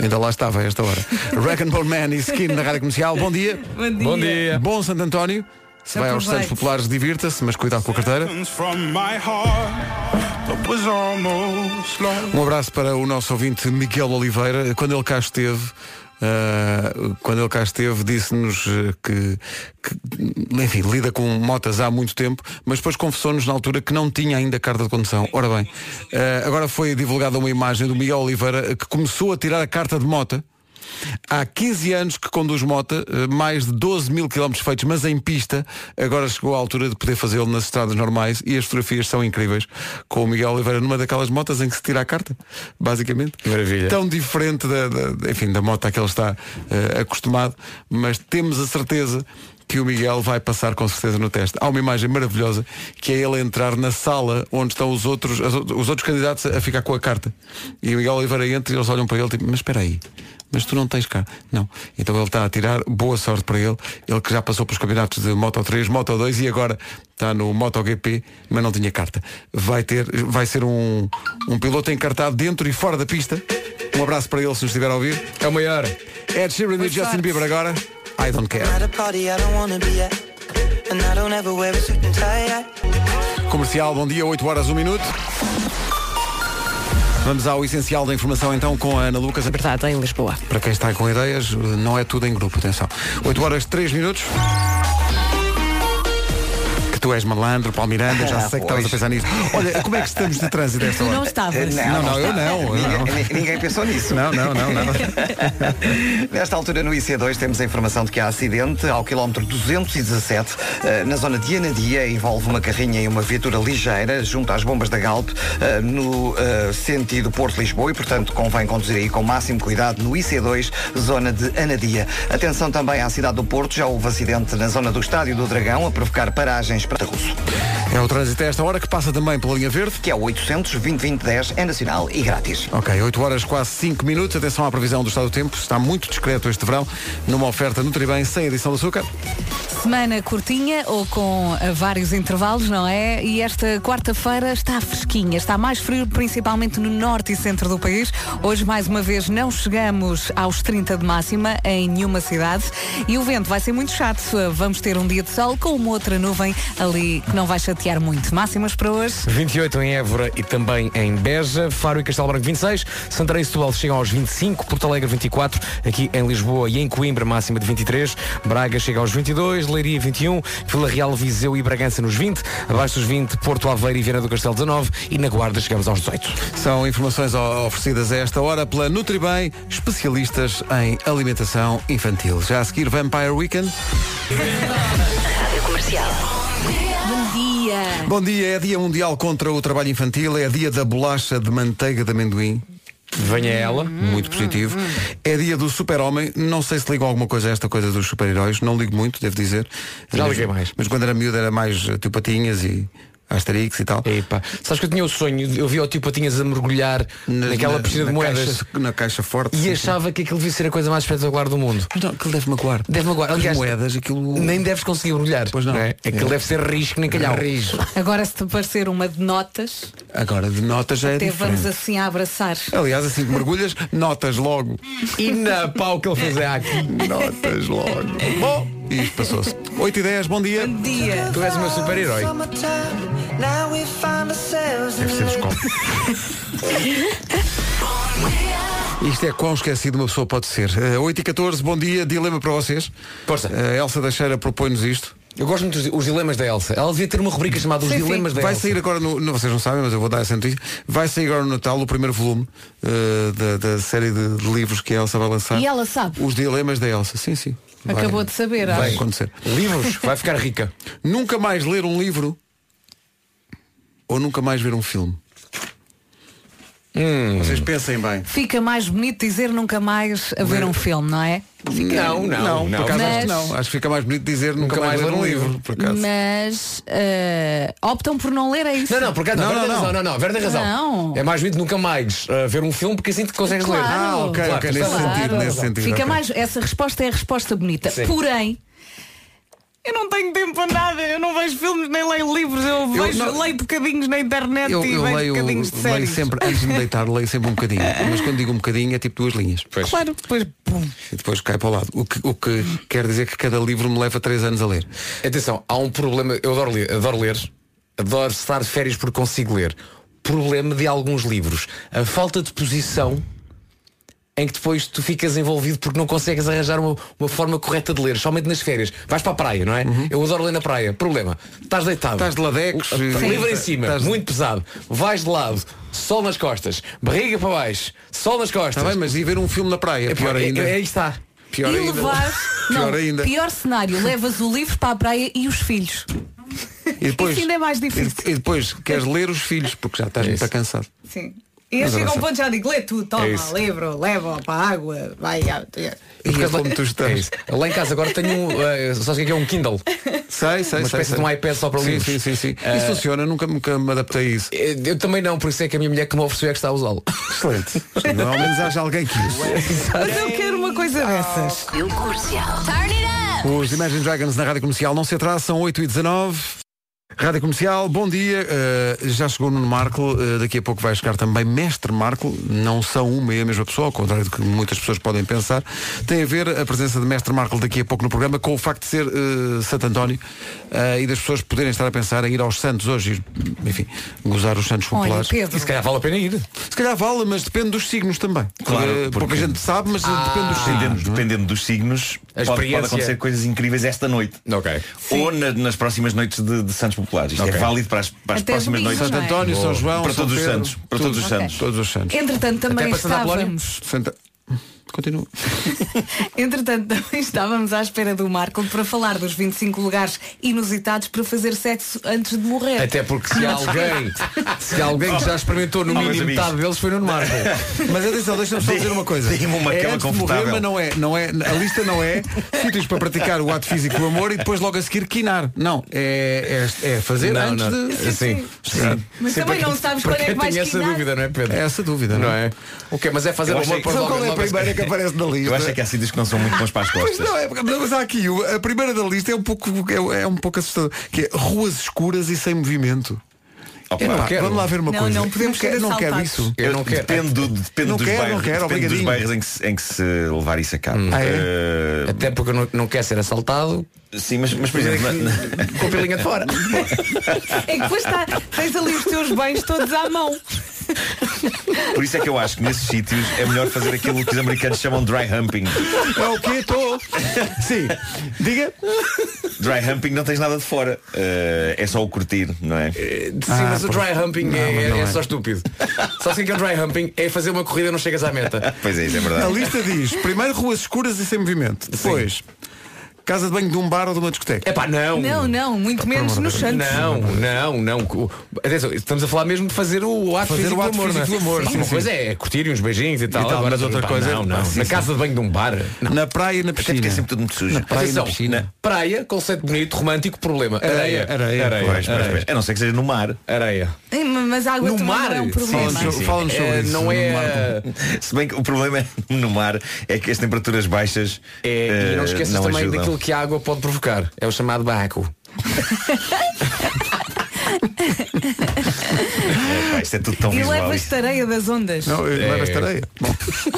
Speaker 2: Ainda lá estava a esta
Speaker 6: [laughs]
Speaker 2: hora. Wreck and Ball Man e Skin na Rádio Comercial. Bom dia.
Speaker 4: Bom dia.
Speaker 6: Bom dia.
Speaker 2: Bom Santo António. Se vai aos
Speaker 4: Aproveite.
Speaker 2: Santos Populares, divirta-se, mas cuidado com a carteira. Um abraço para o nosso ouvinte Miguel Oliveira. Quando ele cá esteve, ah, quando ele cá esteve, disse-nos eh, que, que, enfim, lida com motas há muito tempo, mas depois confessou-nos na altura que não tinha ainda carta de condução. Ora bem, ah, agora foi divulgada uma imagem do Miguel Oliveira que começou a tirar a carta de mota. Há 15 anos que conduz mota, eh, mais de 12 mil quilómetros feitos, mas em pista. Agora chegou a altura de poder fazê-lo nas estradas normais e as fotografias são incríveis. Com o Miguel Oliveira numa daquelas motas em que se tira a carta, basicamente.
Speaker 6: Maravilha.
Speaker 2: Tão diferente da, da- enfim, da moto a que ele está eh, acostumado, mas temos a certeza que o Miguel vai passar com certeza no teste. Há uma imagem maravilhosa que é ele entrar na sala onde estão os outros, as ou- os outros candidatos a ficar com a carta. E o Miguel Oliveira entra e eles olham para ele tipo, mas espera aí, mas tu não tens carta. Não. Então ele está a tirar, boa sorte para ele. Ele que já passou pelos campeonatos de Moto 3, Moto 2 e agora está no MotoGP, mas não tinha carta. Vai ter, vai ser um, um piloto encartado dentro e fora da pista. Um abraço para ele se nos estiver a ouvir.
Speaker 6: É o maior.
Speaker 2: Ed Sheeran e Justin Bieber agora. I don't care. Comercial, bom dia, 8 horas, 1 minuto. Vamos ao essencial da informação então com a Ana Lucas.
Speaker 3: Verdade, em Lisboa.
Speaker 2: Para quem está com ideias, não é tudo em grupo, atenção. 8 horas 3 minutos. Que tu és malandro, Paulo Miranda, já
Speaker 1: Ah,
Speaker 2: sei que
Speaker 1: pois.
Speaker 2: estavas a pensar nisso. Olha, como é que estamos de trânsito a esta hora?
Speaker 4: Não estavas.
Speaker 2: Ah, Não, não, eu
Speaker 1: Eh, está.
Speaker 2: não, eu
Speaker 1: Ninguém-
Speaker 2: não.
Speaker 1: ni- Ninguém pensou
Speaker 2: [laughs]
Speaker 1: nisso.
Speaker 2: Não, não, não, não.
Speaker 1: Nesta altura no IC2 temos a informação de que há acidente ao quilómetro 217 eh, na zona de Anadia envolve uma carrinha e uma viatura ligeira junto às bombas da Galp eh, no eh, sentido Porto-Lisboa e portanto convém conduzir aí com máximo cuidado no IC2 zona de Anadia. Atenção também à cidade do Porto, já houve acidente na zona do Estádio do Dragão a provocar paragens para russo.
Speaker 2: É o trânsito a esta hora que passa também pela linha verde.
Speaker 1: Que é o 800 2010 é nacional e grátis.
Speaker 2: Ok, 8 horas quase 5 minutos. Atenção à previsão do estado do tempo. Está muito discreto este verão. Numa oferta Nutribem sem adição de açúcar.
Speaker 4: Semana curtinha ou com ah, vários intervalos, não é? E esta quarta-feira está fresquinha, está mais frio, principalmente no norte e centro do país. Hoje, mais uma vez, não chegamos aos 30 de máxima em nenhuma cidade e o vento vai ser muito chato. Vamos ter um dia de sol com uma outra nuvem ali que não vai chatear muito. Máximas para hoje.
Speaker 6: 28 em Évora e também em Beja, Faro e Castelo Branco 26, Santarém e Setúbal chegam aos 25, Porto Alegre 24, aqui em Lisboa e em Coimbra máxima de 23, Braga chega aos 22, Leiria 21, Vila Real, Viseu e Bragança nos 20, abaixo dos 20, Porto Aveiro e Viana do Castelo 19 e na Guarda chegamos aos 18.
Speaker 2: São informações o- oferecidas a esta hora pela Nutribem, especialistas em alimentação infantil. Já a seguir, Vampire Weekend.
Speaker 5: Rádio Comercial.
Speaker 4: Bom Um dia!
Speaker 2: Bom dia, é dia mundial contra o trabalho infantil, é dia da bolacha de manteiga de amendoim.
Speaker 6: Venha ela.
Speaker 2: Muito positivo. É dia do super-homem. Não sei se ligam alguma coisa a esta coisa dos super-heróis. Não ligo muito, devo dizer.
Speaker 6: Já
Speaker 2: Mas-
Speaker 6: liguei mais.
Speaker 2: Mas quando era miúdo era mais eh, tio Patinhas e Asterix e tal.
Speaker 6: Epa, sabes que eu tinha o sonho, de- eu vi o tio Patinhas a mergulhar
Speaker 2: Na-
Speaker 6: naquela
Speaker 2: na-
Speaker 6: piscina
Speaker 2: na
Speaker 6: de moedas
Speaker 2: caixa- na caixa forte.
Speaker 6: e
Speaker 2: sim,
Speaker 6: achava que aquilo devia ser a coisa mais espetacular do mundo.
Speaker 2: sim. Não, aquilo deve magoar.
Speaker 6: Deve-me agora,
Speaker 2: As
Speaker 6: aliás,
Speaker 2: moedas, aquilo.
Speaker 6: nem deves conseguir mergulhar.
Speaker 2: Pois não.
Speaker 6: é? Aquilo
Speaker 2: É.
Speaker 6: deve ser risco nem calhau. Risco.
Speaker 4: Agora, se te parecer uma de notas,
Speaker 2: Agora, de notas já é
Speaker 4: até
Speaker 2: diferente.
Speaker 4: vamos assim a abraçar.
Speaker 2: Aliás, assim que mergulhas, notas logo. [laughs]
Speaker 6: E na pau que ele fez é aqui.
Speaker 2: Notas logo. Bom, isto passou-se. 8 e 10, bom dia.
Speaker 4: Bom Um dia!
Speaker 6: Tu és o meu super-herói.
Speaker 2: Deve ser dos copos. Isto é quão esquecido uma pessoa pode ser. Eh, 8 e 14, bom dia, dilema para vocês.
Speaker 6: Força.
Speaker 2: Eh, Elsa Teixeira propõe-nos isto.
Speaker 6: Eu gosto muito dos os dilemas da Elsa. Ela devia ter uma rubrica chamada Os
Speaker 4: Sim, sim.
Speaker 6: Dilemas da
Speaker 2: Vai
Speaker 6: Elsa.
Speaker 2: sair agora no. Não, vocês não sabem, mas eu vou dar essa notícia. Vai sair agora no Natal o primeiro volume eh, da, da série de, de livros que a Elsa vai lançar.
Speaker 4: E ela sabe?
Speaker 2: Os dilemas da Elsa. Sim, sim. Vai-
Speaker 4: Acabou de saber,
Speaker 2: Vai
Speaker 4: acho.
Speaker 2: acontecer.
Speaker 6: Livros, vai ficar rica.
Speaker 2: Nunca mais ler um livro ou nunca mais ver um filme.
Speaker 6: Hum.
Speaker 2: Vocês pensem bem.
Speaker 4: Fica mais bonito dizer nunca mais a ver um filme, não é?
Speaker 6: Não, não,
Speaker 2: Por acaso
Speaker 4: Mas-
Speaker 2: acho que não. Acho que fica mais bonito dizer nunca, mais, ler um livro. por acaso.
Speaker 4: Mas eh, optam por não ler, é isso?
Speaker 6: Não, não, por acaso não,
Speaker 2: Não, não,
Speaker 6: Vera tem
Speaker 2: não.
Speaker 6: razão, não, não, Vera tem razão.
Speaker 4: Não.
Speaker 6: É mais bonito nunca mais uh, ver um filme porque assim te consegues
Speaker 4: Claro.
Speaker 6: ler.
Speaker 2: Ah, ok,
Speaker 6: Claro,
Speaker 2: ok,
Speaker 6: tens
Speaker 2: nesse
Speaker 6: razão.
Speaker 2: sentido, nesse sentido.
Speaker 4: Fica
Speaker 2: ok.
Speaker 4: mais, essa resposta é a resposta bonita.
Speaker 6: Sim.
Speaker 4: Porém, eu não tenho tempo para nada, eu não vejo filmes nem leio livros, eu, vejo,
Speaker 2: não-
Speaker 4: leio bocadinhos na internet
Speaker 2: Eu,
Speaker 4: e
Speaker 2: eu
Speaker 4: vejo
Speaker 2: leio,
Speaker 4: bocadinhos de
Speaker 2: leio
Speaker 4: séries.
Speaker 2: sempre, antes de me deitar, leio sempre um bocadinho. Mas quando digo um bocadinho é tipo duas linhas.
Speaker 4: Claro, depois pum.
Speaker 2: E depois cai para o lado. O que, o que quer dizer que cada livro me leva três anos a ler.
Speaker 6: Atenção, há um problema, eu adoro ler, adoro ler, adoro estar de férias porque consigo ler. Problema de alguns livros, a falta de posição em que depois tu ficas envolvido porque não consegues arranjar uma, uma forma correta de ler, somente nas férias. Vais para a praia, não é? Eu adoro ler na praia. Problema, estás deitado.
Speaker 2: Uhum. Estás de ladecos.
Speaker 6: O- um
Speaker 2: e-
Speaker 6: Livro em cima,
Speaker 2: estás-
Speaker 6: muito pesado. Vais de lado, sol nas costas, barriga para baixo, sol nas costas.
Speaker 2: Está bem, mas ir ver um filme na praia,
Speaker 6: é
Speaker 2: pior ainda.
Speaker 6: aí está.
Speaker 4: E
Speaker 2: Pior ainda. [laughs]
Speaker 4: levar.
Speaker 2: Pior
Speaker 4: Não,
Speaker 2: ainda.
Speaker 4: pior cenário, levas o livro para a praia e os filhos.
Speaker 2: E depois,
Speaker 4: Isso ainda é mais difícil.
Speaker 2: E, e depois queres ler os filhos, porque já estás muito cansado.
Speaker 4: Sim. E eu chego a um ponto já digo, lê
Speaker 2: É
Speaker 4: tu, toma, livro, leva para a água, vai. ah,
Speaker 2: E é como tu
Speaker 6: É
Speaker 2: estás.
Speaker 6: isso. Lá em casa agora tenho um. eh, sabes o que é que é um Kindle?
Speaker 2: Sei, sei,
Speaker 6: Uma
Speaker 2: sei,
Speaker 6: espécie
Speaker 2: sei.
Speaker 6: de um iPad só para
Speaker 2: sim,
Speaker 6: livros. Ah.
Speaker 2: Sim, sim, sim. Isso funciona, nunca, nunca me adaptei a isso.
Speaker 6: Eh, Eu também não, por isso é que a minha mulher que me ofereceu é que está a usá-lo.
Speaker 2: Excelente. Ao menos haja alguém que use.
Speaker 4: Mas eu quero uma coisa dessas.
Speaker 5: Rádio Comercial.
Speaker 2: Os Imagine Dragons na Rádio Comercial não se atrasam, são 8 e 19 Rádio Comercial, bom dia. Uh, já chegou o Nuno Marco, uh, daqui a pouco vai chegar também Mestre Marco. Não são uma e a mesma pessoa, ao contrário do que muitas pessoas podem pensar. Tem a ver a presença de Mestre Marco daqui a pouco no programa com o facto de ser uh, Santo António uh, e das pessoas poderem estar a pensar em ir aos Santos hoje, e, enfim, gozar os Santos
Speaker 4: Olha,
Speaker 2: populares.
Speaker 4: Pedro.
Speaker 6: Se calhar vale a pena ir.
Speaker 2: Se calhar vale, mas depende dos signos também.
Speaker 10: Claro,
Speaker 2: Porque Pouca
Speaker 10: porque-
Speaker 2: gente sabe, mas
Speaker 4: Ah.
Speaker 2: depende dos signos.
Speaker 10: Dependendo,
Speaker 2: não é?
Speaker 10: dependendo dos
Speaker 6: A
Speaker 10: signos, pode, pode
Speaker 6: experiência.
Speaker 10: acontecer coisas incríveis esta noite.
Speaker 6: Ok.
Speaker 10: Ou na- nas próximas noites de, de Santos Populares. Isto
Speaker 6: Ok.
Speaker 10: é válido para as, para as
Speaker 4: Até
Speaker 10: próximas
Speaker 4: domingo,
Speaker 10: noites.
Speaker 2: Santo
Speaker 4: não é?
Speaker 2: António, São João,
Speaker 10: Para
Speaker 2: São
Speaker 10: todos os
Speaker 2: Pedro,
Speaker 10: santos. Para
Speaker 2: tudo.
Speaker 10: todos os santos.
Speaker 2: Todos os santos.
Speaker 4: Entretanto,
Speaker 6: Até
Speaker 4: também
Speaker 6: para Santa Apolónia?
Speaker 4: estávamos.
Speaker 2: Santa...
Speaker 10: [laughs]
Speaker 2: Continua.
Speaker 4: Entretanto, [laughs] também estávamos à espera do Marco para falar dos 25 lugares inusitados para fazer sexo antes de morrer.
Speaker 6: Até porque se há alguém, se há alguém que já experimentou no
Speaker 2: Oh,
Speaker 6: mínimo
Speaker 2: meus amigos.
Speaker 6: metade deles foi no Marco.
Speaker 2: Mas atenção, deixa-me só dizer uma coisa.
Speaker 6: Dei-me uma
Speaker 2: é
Speaker 6: cama
Speaker 2: antes de morrer,
Speaker 6: confortável.
Speaker 2: mas não é, não é, a lista não é sítios para praticar o ato físico do amor e depois logo a seguir quinar. Não, é, é, é fazer
Speaker 6: Não,
Speaker 2: antes
Speaker 6: não.
Speaker 2: de...
Speaker 6: Sim, sim. Sim.
Speaker 4: Mas
Speaker 6: Sim,
Speaker 4: também
Speaker 6: para
Speaker 4: não
Speaker 6: quem-
Speaker 4: sabes
Speaker 6: para
Speaker 4: quando é
Speaker 6: quem
Speaker 4: que vais
Speaker 6: tem essa
Speaker 4: quinar.
Speaker 6: dúvida, não é Pedro?
Speaker 2: É essa dúvida, não,
Speaker 6: é? Ok, mas é fazer
Speaker 10: Eu
Speaker 6: o
Speaker 10: acho
Speaker 6: amor
Speaker 10: que-
Speaker 6: para
Speaker 10: Sabe
Speaker 6: logo,
Speaker 10: qual é a
Speaker 6: logo
Speaker 10: primeira
Speaker 2: que aparece na lista?
Speaker 10: Eu acho é que há sítios que não são muito bons para as
Speaker 2: Pois
Speaker 10: costas.
Speaker 2: não, é, mas há aqui, o- a primeira da lista é um pouco, é, é um pouco assustador, que é ruas escuras e sem movimento.
Speaker 10: Opa,
Speaker 2: É pá,
Speaker 10: não quero.
Speaker 2: Vamos lá ver uma
Speaker 10: Não,
Speaker 2: coisa.
Speaker 10: não
Speaker 2: Eu
Speaker 10: podemos ser
Speaker 2: não quero, não quero
Speaker 10: assaltados.
Speaker 2: isso.
Speaker 10: Eu não quero. Depende, do- depende
Speaker 2: Não
Speaker 10: dos
Speaker 2: quero, não
Speaker 10: bairros,
Speaker 2: quero,
Speaker 10: depende dos
Speaker 2: obrigadinho.
Speaker 10: bairros em que, se- em que se levar isso a cabo.
Speaker 6: Ah, é?
Speaker 10: Eh,
Speaker 6: Até porque eu não, não quer ser assaltado.
Speaker 10: Sim, mas, mas
Speaker 6: é
Speaker 10: por exemplo, na- na-
Speaker 6: com a pilinha de fora.
Speaker 4: É que depois tá, tens ali os teus bens todos à mão.
Speaker 10: por isso é que eu acho que nesses sítios é melhor fazer aquilo que os americanos chamam dry humping.
Speaker 2: É o que estou.
Speaker 10: [laughs]
Speaker 2: Sim. Diga.
Speaker 10: Dry humping não tens nada de fora. Eh, é só o curtir, não é?
Speaker 6: [laughs] Sim, mas o dry humping é, é- é só estúpido. só sei que é o dry humping é fazer uma corrida e não chegas à meta.
Speaker 10: Pois é, isso é
Speaker 2: A lista diz, primeiro ruas escuras e sem movimento. Depois, casa de banho de um bar ou de uma discoteca.
Speaker 6: É pá, não.
Speaker 4: Não, não, muito menos no Santos.
Speaker 6: Não, não, não. O- Atenção, estamos a falar mesmo de fazer o ato
Speaker 2: Fazer
Speaker 6: físico
Speaker 2: o ato
Speaker 6: do amor.
Speaker 2: físico
Speaker 6: não é?
Speaker 2: do amor,
Speaker 6: Sim,
Speaker 2: sim,
Speaker 6: uma
Speaker 2: sim.
Speaker 6: coisa é curtir uns beijinhos e tal.
Speaker 2: tal,
Speaker 6: agora,
Speaker 2: mas outra
Speaker 6: pá,
Speaker 2: coisa-
Speaker 6: Não, não.
Speaker 2: Sim,
Speaker 6: é Na
Speaker 2: sim.
Speaker 6: casa de banho de um bar. Não.
Speaker 2: Na praia e na piscina.
Speaker 10: é sempre tudo muito sujo.
Speaker 2: Na praia e na
Speaker 6: Atenção,
Speaker 2: piscina.
Speaker 6: praia, conceito bonito, romântico, problema. Areia.
Speaker 2: Areia, areia, pois, pois, pois.
Speaker 10: A não ser que seja no mar.
Speaker 6: Areia.
Speaker 4: Ei, Mas a água
Speaker 6: No
Speaker 4: também
Speaker 6: mar?
Speaker 4: não é um
Speaker 6: Sim,
Speaker 4: problema.
Speaker 6: sim, sim. Fala-nos sobre É, isso, não é- Marco.
Speaker 10: Se bem que o problema é- no mar é que as temperaturas baixas.
Speaker 6: É, E
Speaker 10: eh,
Speaker 6: não esqueças também
Speaker 10: ajudam.
Speaker 6: daquilo que a água pode provocar. É o chamado barraco.
Speaker 10: É, pá, isto é tudo tão
Speaker 4: E
Speaker 10: visual.
Speaker 4: levas-te areia das ondas.
Speaker 2: Não, eu-
Speaker 6: É.
Speaker 2: leva-te areia. Bom.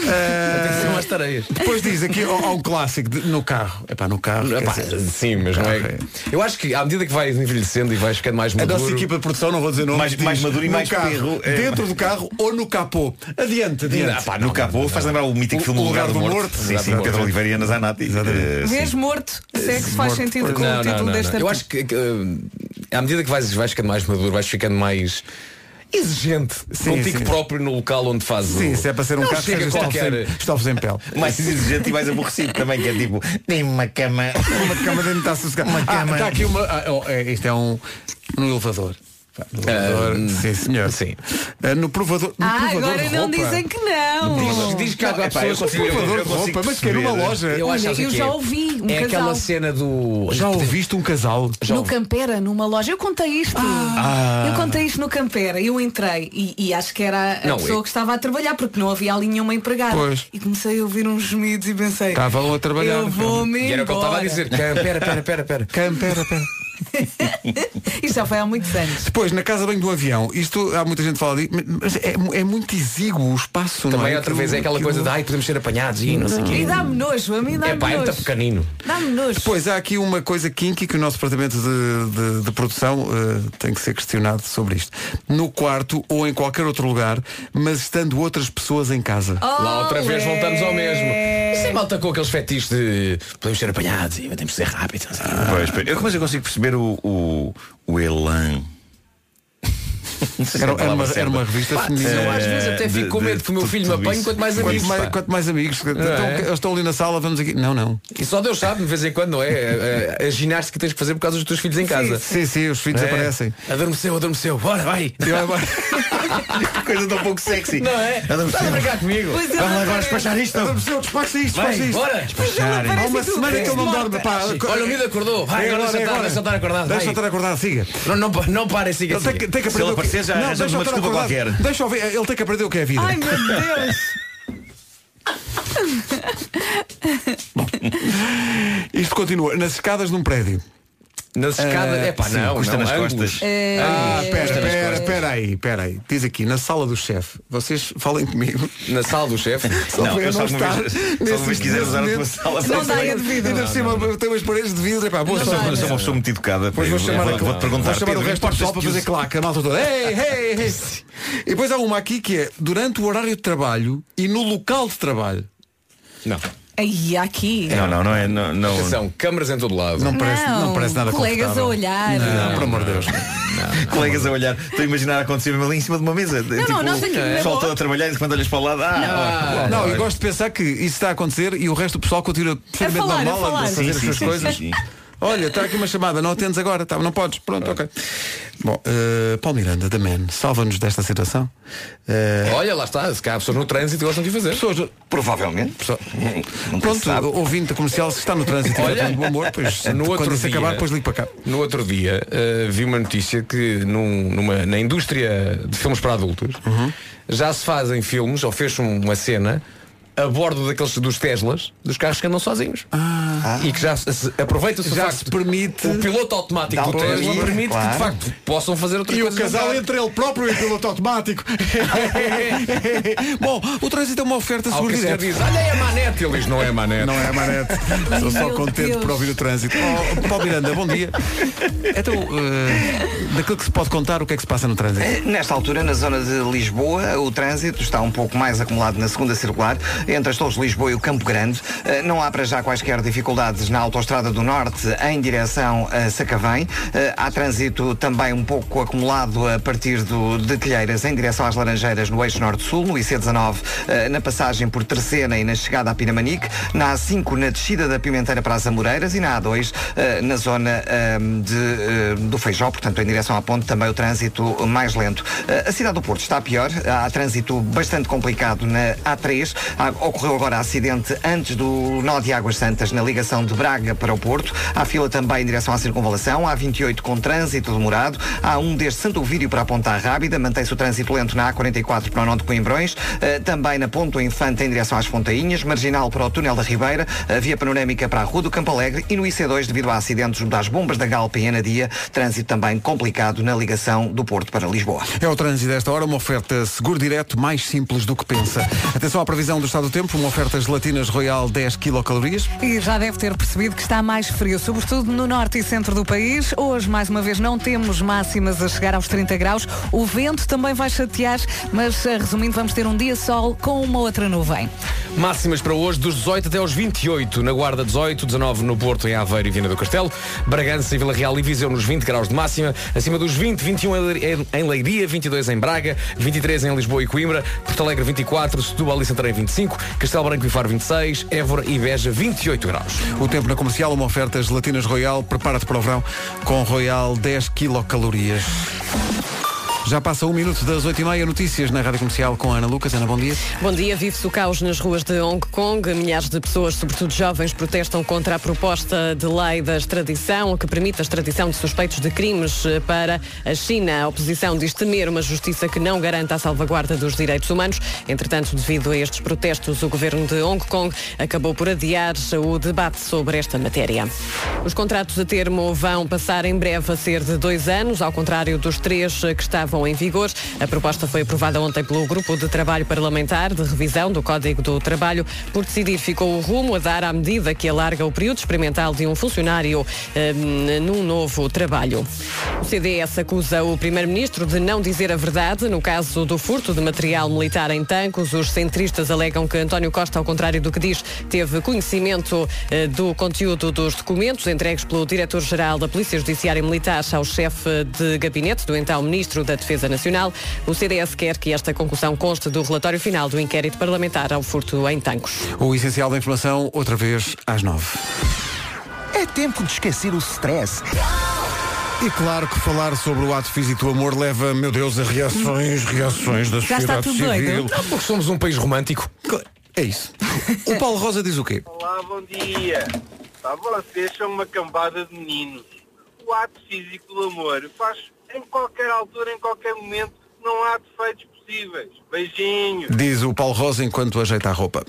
Speaker 2: Eh,
Speaker 6: Atenção às tareias.
Speaker 2: Depois diz aqui, há há um clássico de- no carro. É pá, no carro.
Speaker 6: Epá,
Speaker 2: quer dizer,
Speaker 6: sim, mas não é. Eu acho que à medida que vais envelhecendo e vais ficando mais
Speaker 2: Tipo A
Speaker 6: maduro.
Speaker 2: nossa equipa de produção, não vou dizer nomes,
Speaker 10: Mais-
Speaker 2: diz,
Speaker 10: mais maduro e
Speaker 2: é. no
Speaker 10: mais
Speaker 2: carro,
Speaker 10: perro, é.
Speaker 2: Dentro do carro ou no capô. Adiante, adiante.
Speaker 10: [laughs] Ah, pá, no capô faz lembrar o mítico
Speaker 2: O-
Speaker 10: filme O Lugar do Morto. Sim,
Speaker 2: Lugar do
Speaker 10: sim,
Speaker 2: Morto.
Speaker 10: Pedro Oliveira e Ana Zanatti. Eh, sim.
Speaker 4: Vês morto, se é que se faz
Speaker 2: Morto.
Speaker 4: sentido com
Speaker 6: Não,
Speaker 4: o
Speaker 6: não,
Speaker 4: título
Speaker 6: não,
Speaker 4: deste
Speaker 6: não.
Speaker 4: artigo.
Speaker 6: Eu acho que, que, hum, à medida que vais, vais ficando mais maduro, vais ficando mais exigente
Speaker 2: Sim,
Speaker 6: contigo
Speaker 2: sim.
Speaker 6: próprio no local onde fazes.
Speaker 2: Sim,
Speaker 6: o-
Speaker 2: se é para ser um
Speaker 6: Não
Speaker 2: carro,
Speaker 6: chega
Speaker 2: seja
Speaker 6: qualquer.
Speaker 2: estofos em- estofos em pele.
Speaker 10: Mais exigente e mais aborrecido também, que é tipo, tem uma cama.
Speaker 2: [laughs] Uma de cama dentro está sossegada. Uma
Speaker 10: cama.
Speaker 2: está aqui uma. ah, oh, é, isto é um. No elevador. Pá, Ah, No elevador. sim, senhor. Sim. no provador.
Speaker 6: um
Speaker 2: No
Speaker 4: Ah,
Speaker 2: provador
Speaker 4: agora
Speaker 2: de
Speaker 4: não
Speaker 2: roupa.
Speaker 4: dizem que não.
Speaker 6: Diz, diz que há
Speaker 2: Não,
Speaker 6: há
Speaker 2: epá, eu
Speaker 6: pessoas que
Speaker 2: consigo-
Speaker 6: ficam-
Speaker 2: provador
Speaker 10: eu
Speaker 2: de
Speaker 10: consigo
Speaker 2: roupa, mas que é numa
Speaker 10: perceber.
Speaker 2: loja.
Speaker 6: Eu, acho
Speaker 4: Olha,
Speaker 6: sabes o
Speaker 4: eu
Speaker 6: que
Speaker 4: já
Speaker 6: é?
Speaker 4: ouvi um
Speaker 6: É aquela
Speaker 4: casal.
Speaker 6: cena do.
Speaker 2: Já ouviste um casal?
Speaker 4: No Campera, numa loja. Eu contei isto.
Speaker 2: Ah.
Speaker 4: Eu contei isto no Campera. Eu entrei e, e acho que era a
Speaker 6: Não,
Speaker 4: pessoa
Speaker 6: eu-
Speaker 4: que estava a trabalhar, porque não havia ali nenhuma empregada.
Speaker 2: Pois.
Speaker 4: E comecei a ouvir uns gemidos e pensei.
Speaker 2: Estavam a trabalhar.
Speaker 4: Eu vou-me
Speaker 6: E era o que eu estava a
Speaker 4: embora.
Speaker 6: dizer. Cam, Pera, pera, pera, pera.
Speaker 2: Cam, pera, pera.
Speaker 4: [laughs] Isto já foi há muitos anos.
Speaker 2: Depois, na casa bem do avião, isto há muita gente que fala ali, mas é, é muito exíguo o espaço, não é?
Speaker 6: Também outra
Speaker 2: Aquilo-
Speaker 6: vez é aquela coisa de
Speaker 2: aquilo-
Speaker 6: ai, podemos ser apanhados e não sei o
Speaker 4: E
Speaker 6: quê.
Speaker 4: dá-me nojo, a mim
Speaker 6: É
Speaker 4: dá-me
Speaker 6: pá, é muito
Speaker 4: nojo.
Speaker 6: pequenino.
Speaker 4: Dá-me nojo.
Speaker 2: Pois há aqui uma coisa kinky que o nosso departamento de, de- de produção eh, tem que ser questionado sobre isto. No quarto ou em qualquer outro lugar, mas estando outras pessoas em casa.
Speaker 6: Lá outra vez voltamos ao mesmo. Isso Oh, é malta com aqueles fetiches de podemos ser apanhados e temos de ser rápidos. não sei o quê.
Speaker 10: Pois, pois. Eu, mas eu consigo perceber o, o, o elan. Não sei se é a
Speaker 2: Era, era
Speaker 10: palavra
Speaker 2: uma,
Speaker 10: certa.
Speaker 2: era uma revista
Speaker 6: Eu
Speaker 2: feminina.
Speaker 6: às vezes até
Speaker 10: de-
Speaker 6: fico com
Speaker 10: de-
Speaker 6: medo que o meu
Speaker 10: tudo-
Speaker 6: filho me
Speaker 10: tudo
Speaker 6: apanhe
Speaker 10: isso.
Speaker 6: quanto mais É. amigos.
Speaker 2: Quanto mais,
Speaker 6: pá.
Speaker 2: quanto mais amigos. Então,
Speaker 6: é?
Speaker 2: Eles estão ali na sala, vamos aqui. Não, não.
Speaker 6: E só Deus sabe, de vez em quando, não é? A, a- a ginástica que tens que fazer por causa dos teus filhos em casa.
Speaker 2: Sim, sim, os filhos
Speaker 6: É.
Speaker 2: aparecem.
Speaker 6: Adormeceu, adormeceu, bora, vai! [laughs]
Speaker 2: E vai embora.
Speaker 10: Coisa tão pouco sexy.
Speaker 6: Não é?
Speaker 10: Andamos
Speaker 6: Estás a brincar comigo?
Speaker 4: Pois é,
Speaker 10: Vamos lá agora
Speaker 4: mas-
Speaker 10: despachar isto.
Speaker 2: Ah, pessoal, Despacha isto,
Speaker 6: Vai,
Speaker 2: despacha isto.
Speaker 6: bora!
Speaker 10: Despachar.
Speaker 2: Há uma
Speaker 4: Parece tudo
Speaker 2: semana que ele não
Speaker 4: morta.
Speaker 2: dorme. Pá.
Speaker 6: é, Olha, o miúdo acordou, vai,
Speaker 2: É
Speaker 6: agora
Speaker 2: agora, é
Speaker 6: deixa-o
Speaker 2: agora.
Speaker 6: estar acordado. vai.
Speaker 2: Deixa-o estar acordado, siga.
Speaker 6: Não, não, pa- não parem, siga,
Speaker 2: Ele tem que,
Speaker 6: siga.
Speaker 2: tem que
Speaker 10: Se
Speaker 2: aprender
Speaker 10: ele
Speaker 2: o que-
Speaker 10: aparecer, já
Speaker 2: Não,
Speaker 10: arranjamos
Speaker 2: deixa-o
Speaker 10: uma
Speaker 2: estar
Speaker 10: desculpa
Speaker 2: acordado.
Speaker 10: qualquer.
Speaker 2: Deixa-o ver, ele tem que aprender o que é a vida.
Speaker 4: Ai meu Deus!
Speaker 2: Isto continua nas escadas de um prédio.
Speaker 6: Nas escadas, é pá,
Speaker 10: sim,
Speaker 6: não,
Speaker 10: custa
Speaker 6: não,
Speaker 10: nas
Speaker 6: ângulos.
Speaker 10: costas.
Speaker 2: Ah,
Speaker 10: custa
Speaker 2: pera,
Speaker 10: nas
Speaker 2: pera,
Speaker 10: costas.
Speaker 2: pera aí, pera aí. Diz aqui, na sala do chefe. Vocês falem comigo.
Speaker 6: Na sala do chefe.
Speaker 2: Só
Speaker 10: Não,
Speaker 2: para
Speaker 10: eu
Speaker 2: eu
Speaker 10: só
Speaker 2: não
Speaker 10: alguma
Speaker 2: estar
Speaker 10: vez- só
Speaker 2: nesse-
Speaker 10: alguma vez quiser
Speaker 2: nesse
Speaker 10: usar a tua
Speaker 2: momento.
Speaker 10: sala, só
Speaker 2: Não
Speaker 10: para
Speaker 2: dá,
Speaker 10: sair.
Speaker 2: é devido. Ainda por cima eu tenho umas paredes de vidro. Epá, boa
Speaker 10: Eu sou, eu
Speaker 2: sorte.
Speaker 10: sou uma pessoa muito educada.
Speaker 2: Depois vou
Speaker 10: Eu
Speaker 2: chamar,
Speaker 10: vou,
Speaker 2: a-
Speaker 10: vou te perguntar,
Speaker 2: vou chamar
Speaker 10: Pedro,
Speaker 2: o resto do
Speaker 10: importas
Speaker 2: pessoal
Speaker 10: que
Speaker 2: para fazer
Speaker 10: use-
Speaker 2: claque, a malta toda.
Speaker 10: [laughs]
Speaker 2: Ei, ei, ei. E depois há uma aqui que é durante o horário de trabalho e no local de trabalho.
Speaker 6: Não.
Speaker 4: Aí, aqui.
Speaker 10: Não, não, não é. Não, não.
Speaker 6: Atenção, câmaras em todo lado.
Speaker 2: Não parece, não. parece nada
Speaker 4: Colegas a
Speaker 2: confortável.
Speaker 4: olhar.
Speaker 2: Não, pelo amor de Deus.
Speaker 10: Colegas a olhar, estou a imaginar acontecer mesmo ali em cima de uma mesa. Não,
Speaker 4: não, nós aqui na
Speaker 10: Só
Speaker 4: boa.
Speaker 10: estou a trabalhar e quando olhas para o lado. Ah,
Speaker 2: Não, eu gosto de pensar que isso está a acontecer e o resto do pessoal continua perfeitamente
Speaker 4: falar, a
Speaker 2: normal
Speaker 4: falar.
Speaker 2: fazer
Speaker 10: Sim,
Speaker 2: as
Speaker 10: sim,
Speaker 2: suas
Speaker 10: sim,
Speaker 2: coisas.
Speaker 10: sim, sim.
Speaker 2: Olha, está aqui uma chamada, não atendes agora, tá, não podes. Pronto, ok. Bom, eh, Paulo Miranda, da Man, salva-nos desta situação. Eh,
Speaker 6: Olha, lá está, se cá há pessoas no trânsito e gostam de o fazer.
Speaker 2: pessoas,
Speaker 1: Provavelmente.
Speaker 2: pessoa-
Speaker 1: Nunca se
Speaker 2: pronto,
Speaker 1: sabe.
Speaker 2: ouvinte da comercial, se está no trânsito e
Speaker 6: Olha,
Speaker 2: está de bom humor, pois
Speaker 6: no outro
Speaker 2: quando isso
Speaker 6: dia-
Speaker 2: acabar, depois ligo para cá.
Speaker 6: No outro dia eh, vi uma notícia que num- numa, na indústria de filmes para adultos já se fazem filmes, ou fez um- uma cena a bordo daqueles dos Teslas, dos carros que andam sozinhos. E que já se- se aproveita-se o
Speaker 2: Ah. Já
Speaker 6: facto
Speaker 2: se permite-
Speaker 6: o piloto automático
Speaker 1: Dá
Speaker 6: do
Speaker 1: um
Speaker 6: Tesla
Speaker 1: poder,
Speaker 6: permite que
Speaker 1: claro.
Speaker 6: de facto possam fazer outras
Speaker 2: E o
Speaker 6: coisas.
Speaker 2: casal entre ele próprio e o piloto automático. [laughs] Bom, o trânsito é uma oferta
Speaker 6: Ao
Speaker 2: seguro
Speaker 6: que o senhor
Speaker 2: direto.
Speaker 6: diz, olha é a manete, ele diz, não é a manete.
Speaker 2: Não é a manete. Estou só
Speaker 4: Meu
Speaker 2: contente
Speaker 4: Deus.
Speaker 2: por ouvir o trânsito. Oh, Paulo Miranda, bom dia. Então, eh, daquilo que se pode contar, o que é que se passa no trânsito?
Speaker 1: Nesta altura, na zona de Lisboa, o trânsito está um pouco mais acumulado na segunda circular, entre as torres de Lisboa e o Campo Grande. Eh, Não há para já quaisquer dificuldades na autoestrada do Norte em direção a Sacavém. Eh, Há trânsito também um pouco acumulado a partir do, de Telheiras em direção às Laranjeiras no eixo Norte-Sul, no IC19, eh, na passagem por Terceira e na chegada à Pinamanique, na A5 na descida da Pimenteira para as Amoreiras e na A2 eh, na zona eh, de, eh, do Feijó, portanto em direção à ponte também o trânsito mais lento. Eh, a cidade do Porto está pior, há trânsito bastante complicado na A3, Há- ocorreu agora acidente antes do nó de Águas Santas na ligação de Braga para o Porto, há fila também em direção à circunvalação, há 28 com trânsito demorado, há um desde Santo Ovídio para a Ponta Rábida, mantém-se o trânsito lento na A44 para o Nó de Coimbrões, eh, também na Ponto Infante em direção às Fontainhas, marginal para o Túnel da Ribeira, a via panorâmica para a Rua do Campo Alegre e no IC2 devido a acidentes junto às bombas da Galpa e Anadia, trânsito também complicado na ligação do Porto para Lisboa.
Speaker 2: É o trânsito desta hora, uma oferta seguro direto mais simples do que pensa. Atenção à previsão do estado do tempo, uma oferta gelatinas Royal 10 quilocalorias.
Speaker 4: E já deve ter percebido que está mais frio, sobretudo no norte e centro do país. Hoje, mais uma vez, não temos máximas a chegar aos 30 graus. O vento também vai chatear, mas eh, resumindo, vamos ter um dia sol com uma outra nuvem.
Speaker 6: Máximas para hoje, dos 18 até aos 28. Na Guarda, 18, 19 no Porto, em Aveiro e Viana do Castelo. Bragança e Vila Real e Viseu nos 20 graus de máxima. Acima dos 20, 21 em Leir- em Leiria, 22 em Braga, 23 em Lisboa e Coimbra, Porto Alegre 24, Setúbal e Santarém 25, Castelo Branco e Faro 26, Évora e Beja 28 graus.
Speaker 2: O tempo na comercial, uma oferta gelatinas Royal. Prepara-te para o verão com Royal 10 quilocalorias. Já passa um minuto das 8h30, notícias na Rádio Comercial com a Ana Lucas. Ana, bom dia.
Speaker 3: Bom dia, vive-se o caos nas ruas de Hong Kong. Milhares de pessoas, sobretudo jovens, protestam contra a proposta de lei da extradição, que permite a extradição de suspeitos de crimes eh, para a China. A oposição diz temer uma justiça que não garanta a salvaguarda dos direitos humanos. Entretanto, devido a estes protestos, o governo de Hong Kong acabou por adiar o debate sobre esta matéria. Os contratos a termo vão passar em breve a ser de dois anos, ao contrário dos três eh, que estavam em vigor. A proposta foi aprovada ontem pelo Grupo de Trabalho Parlamentar de Revisão do Código do Trabalho. Por decidir, ficou o rumo a dar à medida que alarga o período experimental de um funcionário eh, num novo trabalho. O CDS acusa o Primeiro-Ministro de não dizer a verdade no caso do furto de material militar em Tancos. Os centristas alegam que António Costa, ao contrário do que diz, teve conhecimento eh, do conteúdo dos documentos entregues pelo diretor-geral da Polícia Judiciária Militar ao chefe de gabinete do então ministro da Defesa Nacional. O CDS quer que esta conclusão conste do relatório final do inquérito parlamentar ao furto em Tancos.
Speaker 2: O essencial da informação, outra vez às 9.
Speaker 11: É tempo de esquecer o stress.
Speaker 2: E claro que falar sobre o ato físico do amor leva, meu Deus, a reações, reações da
Speaker 4: Já está
Speaker 2: sociedade
Speaker 4: tudo
Speaker 2: civil.
Speaker 4: doido.
Speaker 6: Não porque somos um país romântico.
Speaker 2: É isso. O Paulo Rosa diz o quê?
Speaker 12: Olá, bom dia. Tá, vocês são uma cambada de meninos. O ato físico do amor faz em qualquer altura, em qualquer momento, não há defeitos possíveis. Beijinhos.
Speaker 2: Diz o Paulo Rosa enquanto ajeita a roupa.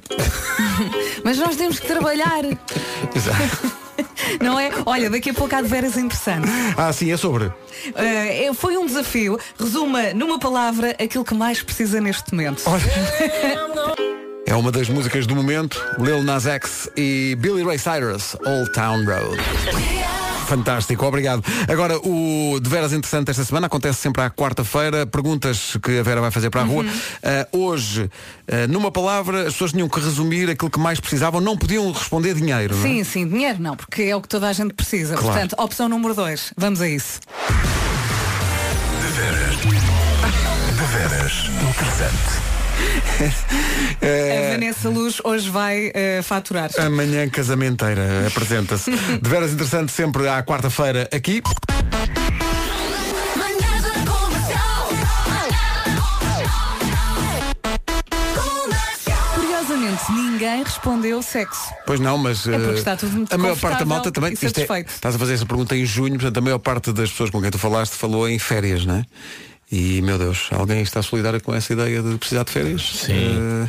Speaker 4: Mas nós temos que trabalhar,
Speaker 2: [laughs] Exato.
Speaker 4: [laughs] não é? Olha, daqui a pouco há de veras interessante.
Speaker 2: Ah, sim, é sobre.
Speaker 4: Eh, eh, foi um desafio. Resuma numa palavra aquilo que mais precisa neste momento.
Speaker 2: Olha. É uma das músicas do momento, Lil Nas X e Billy Ray Cyrus, Old Town Road. Fantástico, obrigado. Agora, o de veras interessante esta semana acontece sempre à quarta-feira. Perguntas que a Vera vai fazer para a rua. Ah, hoje, ah, numa palavra, as pessoas tinham que resumir aquilo que mais precisavam. Não podiam responder dinheiro. não é?
Speaker 4: Sim, sim, dinheiro não, porque é o que toda a gente precisa.
Speaker 2: Claro.
Speaker 4: Portanto, opção número 2, vamos a isso.
Speaker 8: De veras interessante.
Speaker 4: A Vanessa Luz hoje vai eh, faturar.
Speaker 2: Amanhã casamenteira apresenta-se. De veras interessante sempre à quarta-feira aqui.
Speaker 4: Curiosamente, ninguém respondeu sexo.
Speaker 2: Pois não, mas
Speaker 4: É porque
Speaker 2: eh,
Speaker 4: está tudo muito
Speaker 2: a maior parte da malta
Speaker 4: confortável
Speaker 2: também
Speaker 4: e
Speaker 2: isto é-
Speaker 4: satisfeito.
Speaker 2: estás a fazer essa pergunta em junho, portanto a maior parte das pessoas com quem tu falaste falou em férias, não é? E meu Deus, alguém está solidário com essa ideia de precisar de férias? Sim.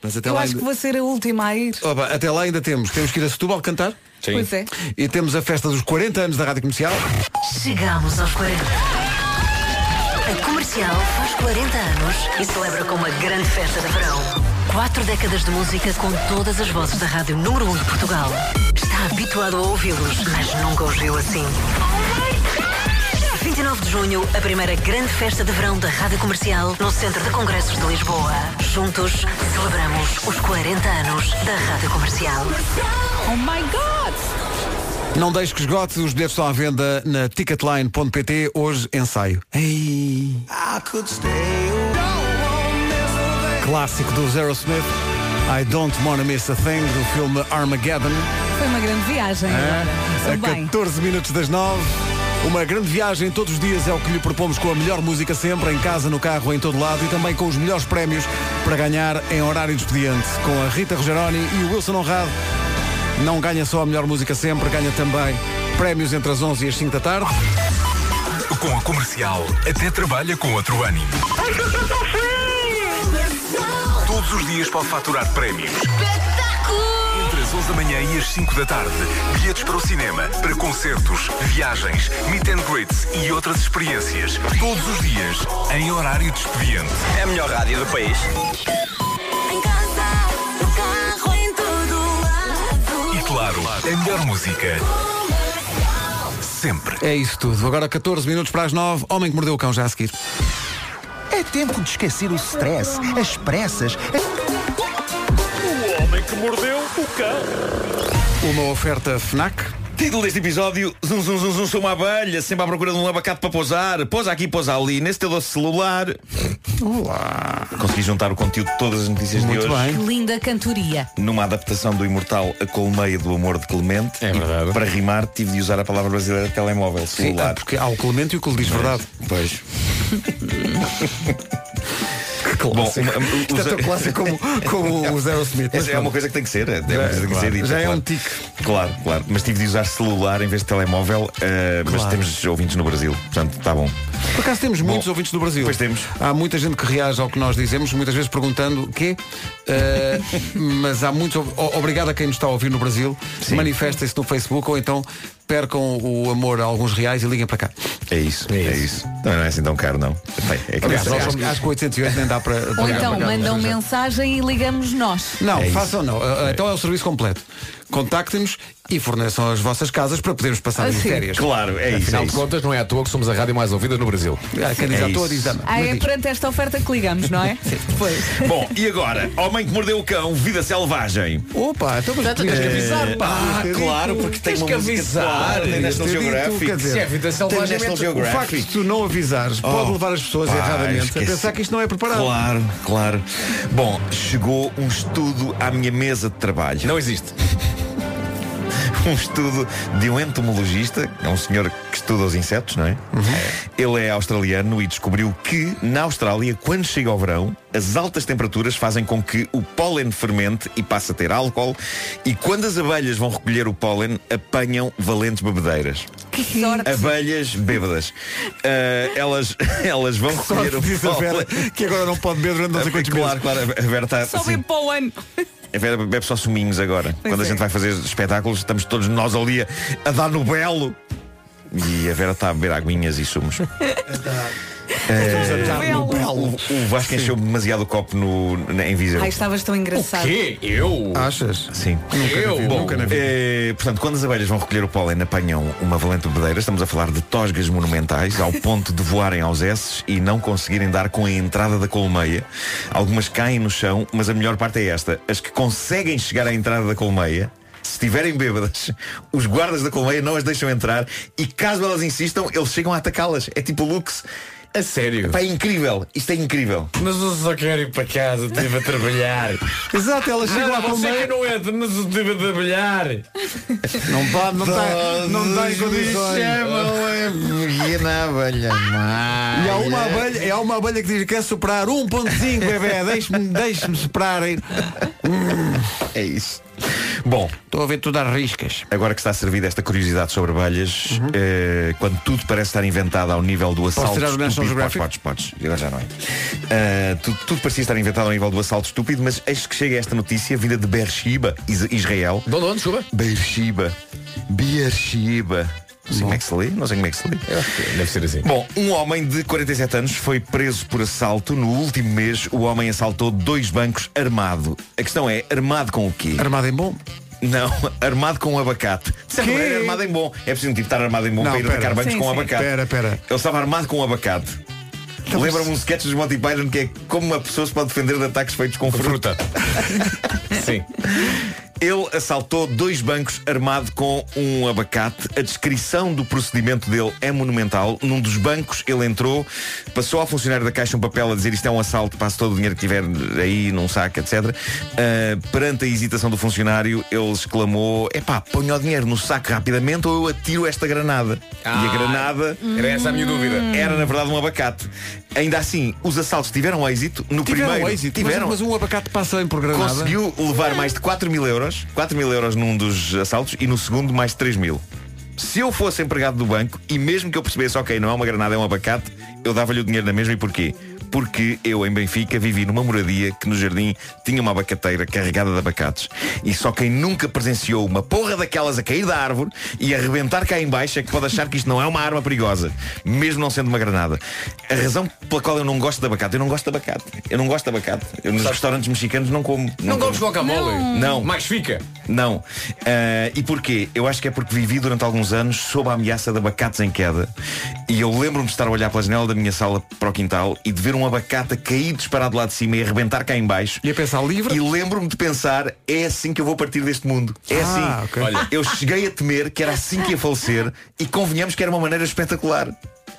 Speaker 2: mas até
Speaker 4: Eu
Speaker 2: lá
Speaker 4: acho
Speaker 2: ainda-
Speaker 4: que vou ser a última a ir.
Speaker 2: Opa, até lá ainda temos. Temos que ir a Setúbal cantar.
Speaker 4: Sim. Pois é.
Speaker 2: E temos a festa dos 40 anos da Rádio Comercial.
Speaker 5: Chegamos aos 40. A comercial faz 40 anos e celebra com uma grande festa de verão. Quatro décadas de música com todas as vozes da rádio número 1 de Portugal. Está habituado a ouvi-los, mas nunca os viu assim. 29 de junho, a primeira grande festa de verão da Rádio Comercial no Centro de Congressos de Lisboa. Juntos, celebramos os 40 anos da Rádio Comercial.
Speaker 4: Oh my God!
Speaker 2: Não deixe que esgote, os bilhetes estão à venda na ticketline.pt. Hoje, ensaio. Ei. Clássico do Zero Smith. I Don't Wanna Miss a Thing, do filme Armageddon.
Speaker 4: Foi uma grande viagem.
Speaker 2: É?
Speaker 4: agora.
Speaker 2: A
Speaker 4: Sou bem.
Speaker 2: 14 minutos das 9. Uma grande viagem todos os dias é o que lhe propomos com a melhor música sempre, em casa, no carro, em todo lado e também com os melhores prémios para ganhar em horário de expediente. Com a Rita Rogeroni e o Wilson Honrado, não ganha só a melhor música sempre, ganha também prémios entre as 11 e as 5 da tarde.
Speaker 8: Com a comercial, até trabalha com outro ânimo. Todos os dias pode faturar prémios. Entre as 11 da manhã e as 5 da tarde, bilhetes para o cinema, para concertos, viagens, meet and greets e outras experiências. Todos os dias, em horário de expediente. É a melhor rádio do país. E
Speaker 10: é
Speaker 8: claro, a melhor música. Sempre.
Speaker 2: É isso tudo. Agora 14 minutos para as 9. Homem que mordeu o cão já a seguir.
Speaker 11: É tempo de esquecer o stress, as pressas.
Speaker 13: O homem que mordeu o cão.
Speaker 2: Uma oferta FNAC.
Speaker 10: Título deste episódio, zum zum zum zum, sou uma abelha, sempre à procura de um abacate para pousar. Pousa aqui, pousa ali, nesse teu doce celular.
Speaker 2: Olá.
Speaker 10: Consegui juntar o conteúdo de todas as notícias de hoje.
Speaker 4: Que linda cantoria.
Speaker 10: Numa adaptação do imortal A Colmeia do Amor de Clemente. É verdade. para rimar tive de usar a palavra brasileira de telemóvel, celular.
Speaker 2: porque há o Clemente e o que lhe diz verdade.
Speaker 10: Pois.
Speaker 2: Bom,
Speaker 10: uma- um-
Speaker 2: Isto é
Speaker 10: os-
Speaker 2: tão
Speaker 10: [laughs]
Speaker 2: clássico como, como o Zero Smith. mas
Speaker 10: Essa é uma
Speaker 2: pronto.
Speaker 10: coisa que tem que ser. É, uma coisa que tem que
Speaker 2: claro.
Speaker 10: ser dita,
Speaker 2: Já é
Speaker 10: claro.
Speaker 2: um tique.
Speaker 10: Claro, claro. Mas tive de usar celular em vez de telemóvel. eh, Mas
Speaker 2: Claro.
Speaker 10: temos ouvintes no Brasil. Portanto, está bom.
Speaker 2: Por acaso temos muitos ouvintes do Brasil. Pois temos. Há muita gente que reage ao que nós dizemos, muitas vezes perguntando o quê? Eh, [laughs] mas há muitos. o- Obrigado a quem nos está a ouvir no Brasil. Manifestem-se no Facebook ou então percam o amor a alguns reais e liguem para cá.
Speaker 10: É isso. É isso. Também não é assim tão caro, não. Bem, é que
Speaker 2: Aliás,
Speaker 10: é
Speaker 2: acho, acho que 808 nem dá para.
Speaker 4: Ou
Speaker 2: pagar-
Speaker 4: então
Speaker 2: pagar-
Speaker 4: mandam mensagem e ligamos nós.
Speaker 2: Não,
Speaker 4: façam
Speaker 2: façam não. Ah, ah, Então é o serviço completo. Contactem-nos e forneçam as vossas casas para podermos passar as férias.
Speaker 6: Afinal de contas, não é à toa que somos a rádio mais ouvida no Brasil.
Speaker 2: Ah, quem diz É à toa, isso. diz à
Speaker 4: Ah, é perante esta oferta que ligamos,
Speaker 2: [laughs]
Speaker 4: não é? Pois.
Speaker 10: Bom, e agora? Homem que mordeu o cão, vida selvagem.
Speaker 2: Opa, então mas
Speaker 10: Já tu tens que avisar, pá. Ah, claro, porque tem
Speaker 2: Tens
Speaker 10: uma
Speaker 2: que
Speaker 10: música de
Speaker 2: avisar.
Speaker 10: ordem,
Speaker 2: Te
Speaker 10: National
Speaker 2: digo,
Speaker 10: Geographic.
Speaker 2: quer dizer,
Speaker 10: Se é vida
Speaker 2: tem
Speaker 10: selvagem,
Speaker 2: National
Speaker 10: é tudo.
Speaker 2: O facto de tu não avisares pode
Speaker 10: Oh,
Speaker 2: levar as pessoas
Speaker 10: pá,
Speaker 2: erradamente
Speaker 10: esqueci.
Speaker 2: a pensar que isto não é preparado.
Speaker 10: Claro, claro. Bom, chegou um estudo à minha mesa de trabalho. [laughs] Não existe. Um estudo de um entomologista, é um senhor que estuda os insetos, não é? Ele é australiano e descobriu que, na Austrália, quando chega ao verão, as altas temperaturas fazem com que o pólen fermente e passe a ter álcool, e quando as abelhas vão recolher o pólen, apanham valentes bebedeiras.
Speaker 4: Que sorte.
Speaker 10: Abelhas bêbadas. Ah, elas, [laughs] elas vão recolher o
Speaker 2: diz a Vera,
Speaker 10: pólen.
Speaker 2: que agora não pode beber durante não sei quantos
Speaker 10: Claro, claro, a Vera está
Speaker 4: Só
Speaker 10: assim,
Speaker 4: vem para o ano.
Speaker 10: a Vera bebe só suminhos agora.
Speaker 4: Pois
Speaker 10: Quando
Speaker 4: é.
Speaker 10: a gente vai fazer espetáculos, estamos todos nós ali a, a dar no belo. tá
Speaker 2: [laughs]
Speaker 10: E a Vera está a beber aguinhas e sumos. Eh,
Speaker 2: meses.
Speaker 10: O, o Vasco encheu demasiado o copo no, na- em Viseu.
Speaker 4: Ai, estavas tão engraçado.
Speaker 10: Eu? Achas? Sim.
Speaker 2: Eu?
Speaker 10: Bom,
Speaker 2: Nunca na vida.
Speaker 10: eh, portanto, quando as abelhas vão recolher o pólen, apanham uma valente bebedeira. Estamos a falar de tosgas monumentais, ao ponto de voarem aos S e não conseguirem dar com a entrada da colmeia. Algumas caem no chão, mas a melhor parte é esta. As que conseguem chegar à entrada da colmeia, se estiverem bêbadas, [laughs] os guardas da colmeia não as deixam entrar e caso elas insistam, eles chegam a atacá-las. É tipo Lux.
Speaker 6: A sério?
Speaker 10: é incrível. Isto é incrível.
Speaker 6: Mas eu só quero ir para casa, estive a trabalhar.
Speaker 2: Exato, ela
Speaker 6: Não,
Speaker 2: chega lá
Speaker 6: não,
Speaker 2: com
Speaker 6: você
Speaker 2: meio.
Speaker 6: que não é entra, mas eu estive a trabalhar.
Speaker 2: Não pode, não tem,
Speaker 6: Todos
Speaker 2: não tem condições.
Speaker 6: me chamam
Speaker 2: na abelha E há uma
Speaker 11: malha.
Speaker 2: abelha, e há uma abelha que diz quer soprar 1.5, bebê, deixe-me deixe soprar. hein?" Hum.
Speaker 10: É isso. Bom,
Speaker 2: estou a ver tudo às riscas.
Speaker 10: Agora que está servida esta curiosidade sobre abelhas, eh, quando tudo parece estar inventado ao nível do assalto
Speaker 2: Uhum. tirar o National
Speaker 10: estúpido, podes,
Speaker 2: Geographic?
Speaker 10: podes, podes, agora já não é. Eh, tudo, tudo parecia estar inventado ao nível do assalto estúpido, mas eis que chega esta notícia vinda de Beersheba, Is- Israel.
Speaker 6: De onde, onde, desculpa?
Speaker 10: Beersheba. Beersheba. Não sei como é que se lê, não sei como é que se lê.
Speaker 6: Deve ser assim.
Speaker 10: Bom, um homem de 47 anos foi preso por assalto. No último mês, o homem assaltou dois bancos armado. A questão é, armado com o quê?
Speaker 2: Armado em bom?
Speaker 10: Não, [laughs] armado com um abacate. De certa
Speaker 2: Quê?
Speaker 10: maneira, armado em bom. É preciso um tipo estar armado em bom
Speaker 2: Não,
Speaker 10: para ir
Speaker 2: pera.
Speaker 10: atacar bancos
Speaker 2: Sim,
Speaker 10: com um
Speaker 2: sim.
Speaker 10: abacate.
Speaker 2: Pera, pera. Então,
Speaker 10: Ele estava armado com um abacate. Lembra-me um sketch dos Monty Python que é como uma pessoa se pode defender de ataques feitos com fruta.
Speaker 6: Sim.
Speaker 10: Ele assaltou dois bancos armado com um abacate. A descrição do procedimento dele é monumental. Num dos bancos ele entrou, passou ao funcionário da caixa um papel a dizer isto é um assalto, passe todo o dinheiro que tiver aí num saco, etc. Ah, perante a hesitação do funcionário, ele exclamou, epá, ponha o dinheiro no saco rapidamente ou eu atiro esta granada. e a granada...
Speaker 6: Ah, era essa a minha dúvida.
Speaker 10: Era, na verdade, um abacate. Ainda assim, os assaltos tiveram êxito. No
Speaker 2: Tiveram
Speaker 10: primeiro,
Speaker 2: êxito, mas-
Speaker 10: tiveram
Speaker 2: mas, um abacate passa bem por granada.
Speaker 10: conseguiu levar mais de 4 mil euros 4 mil euros num dos assaltos e no segundo mais 3 mil se eu fosse empregado do banco e mesmo que eu percebesse ok, não é uma granada, é um abacate eu dava-lhe o dinheiro na mesma e porquê? Porque eu em Benfica vivi numa moradia que no jardim tinha uma abacateira carregada de abacates e só quem nunca presenciou uma porra daquelas a cair da árvore e a arrebentar cá em baixo é que pode achar que isto não é uma arma perigosa mesmo não sendo uma granada a razão pela qual eu não gosto de abacate eu não gosto de abacate eu não gosto de abacate eu nos restaurantes mexicanos não como
Speaker 6: Não
Speaker 10: como. é
Speaker 6: comes guacamole?
Speaker 10: Não.
Speaker 6: Mais fica.
Speaker 10: Não. Ah, e porquê? Eu acho que é porque vivi durante alguns anos sob a ameaça de abacates em queda. E eu lembro-me de estar a olhar pela janela da minha sala para o quintal e de ver um abacate a cair disparado lá de cima e arrebentar cá em baixo. E a pensar livre? E lembro-me de pensar, é assim que eu vou partir deste mundo. É
Speaker 2: Ah,
Speaker 10: assim.
Speaker 2: ok.
Speaker 10: Olha, [laughs] eu cheguei a temer que era assim que ia falecer e convenhamos que era uma maneira espetacular.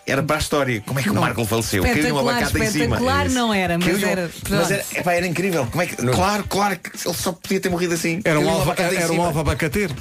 Speaker 10: Era para a história. Como é que o Marco faleceu? Caiu um
Speaker 4: Espetacular,
Speaker 10: abacate em cima.
Speaker 4: espetacular não era, mas
Speaker 10: Caiu um-
Speaker 4: era-
Speaker 10: Mas
Speaker 4: pronto.
Speaker 10: era, epá, era incrível. Como é que... Claro, claro que ele só podia ter morrido assim.
Speaker 2: Era um,
Speaker 10: Caiu
Speaker 2: alvo,
Speaker 10: abacate em
Speaker 2: era um
Speaker 10: cima.
Speaker 2: alvo abacateiro.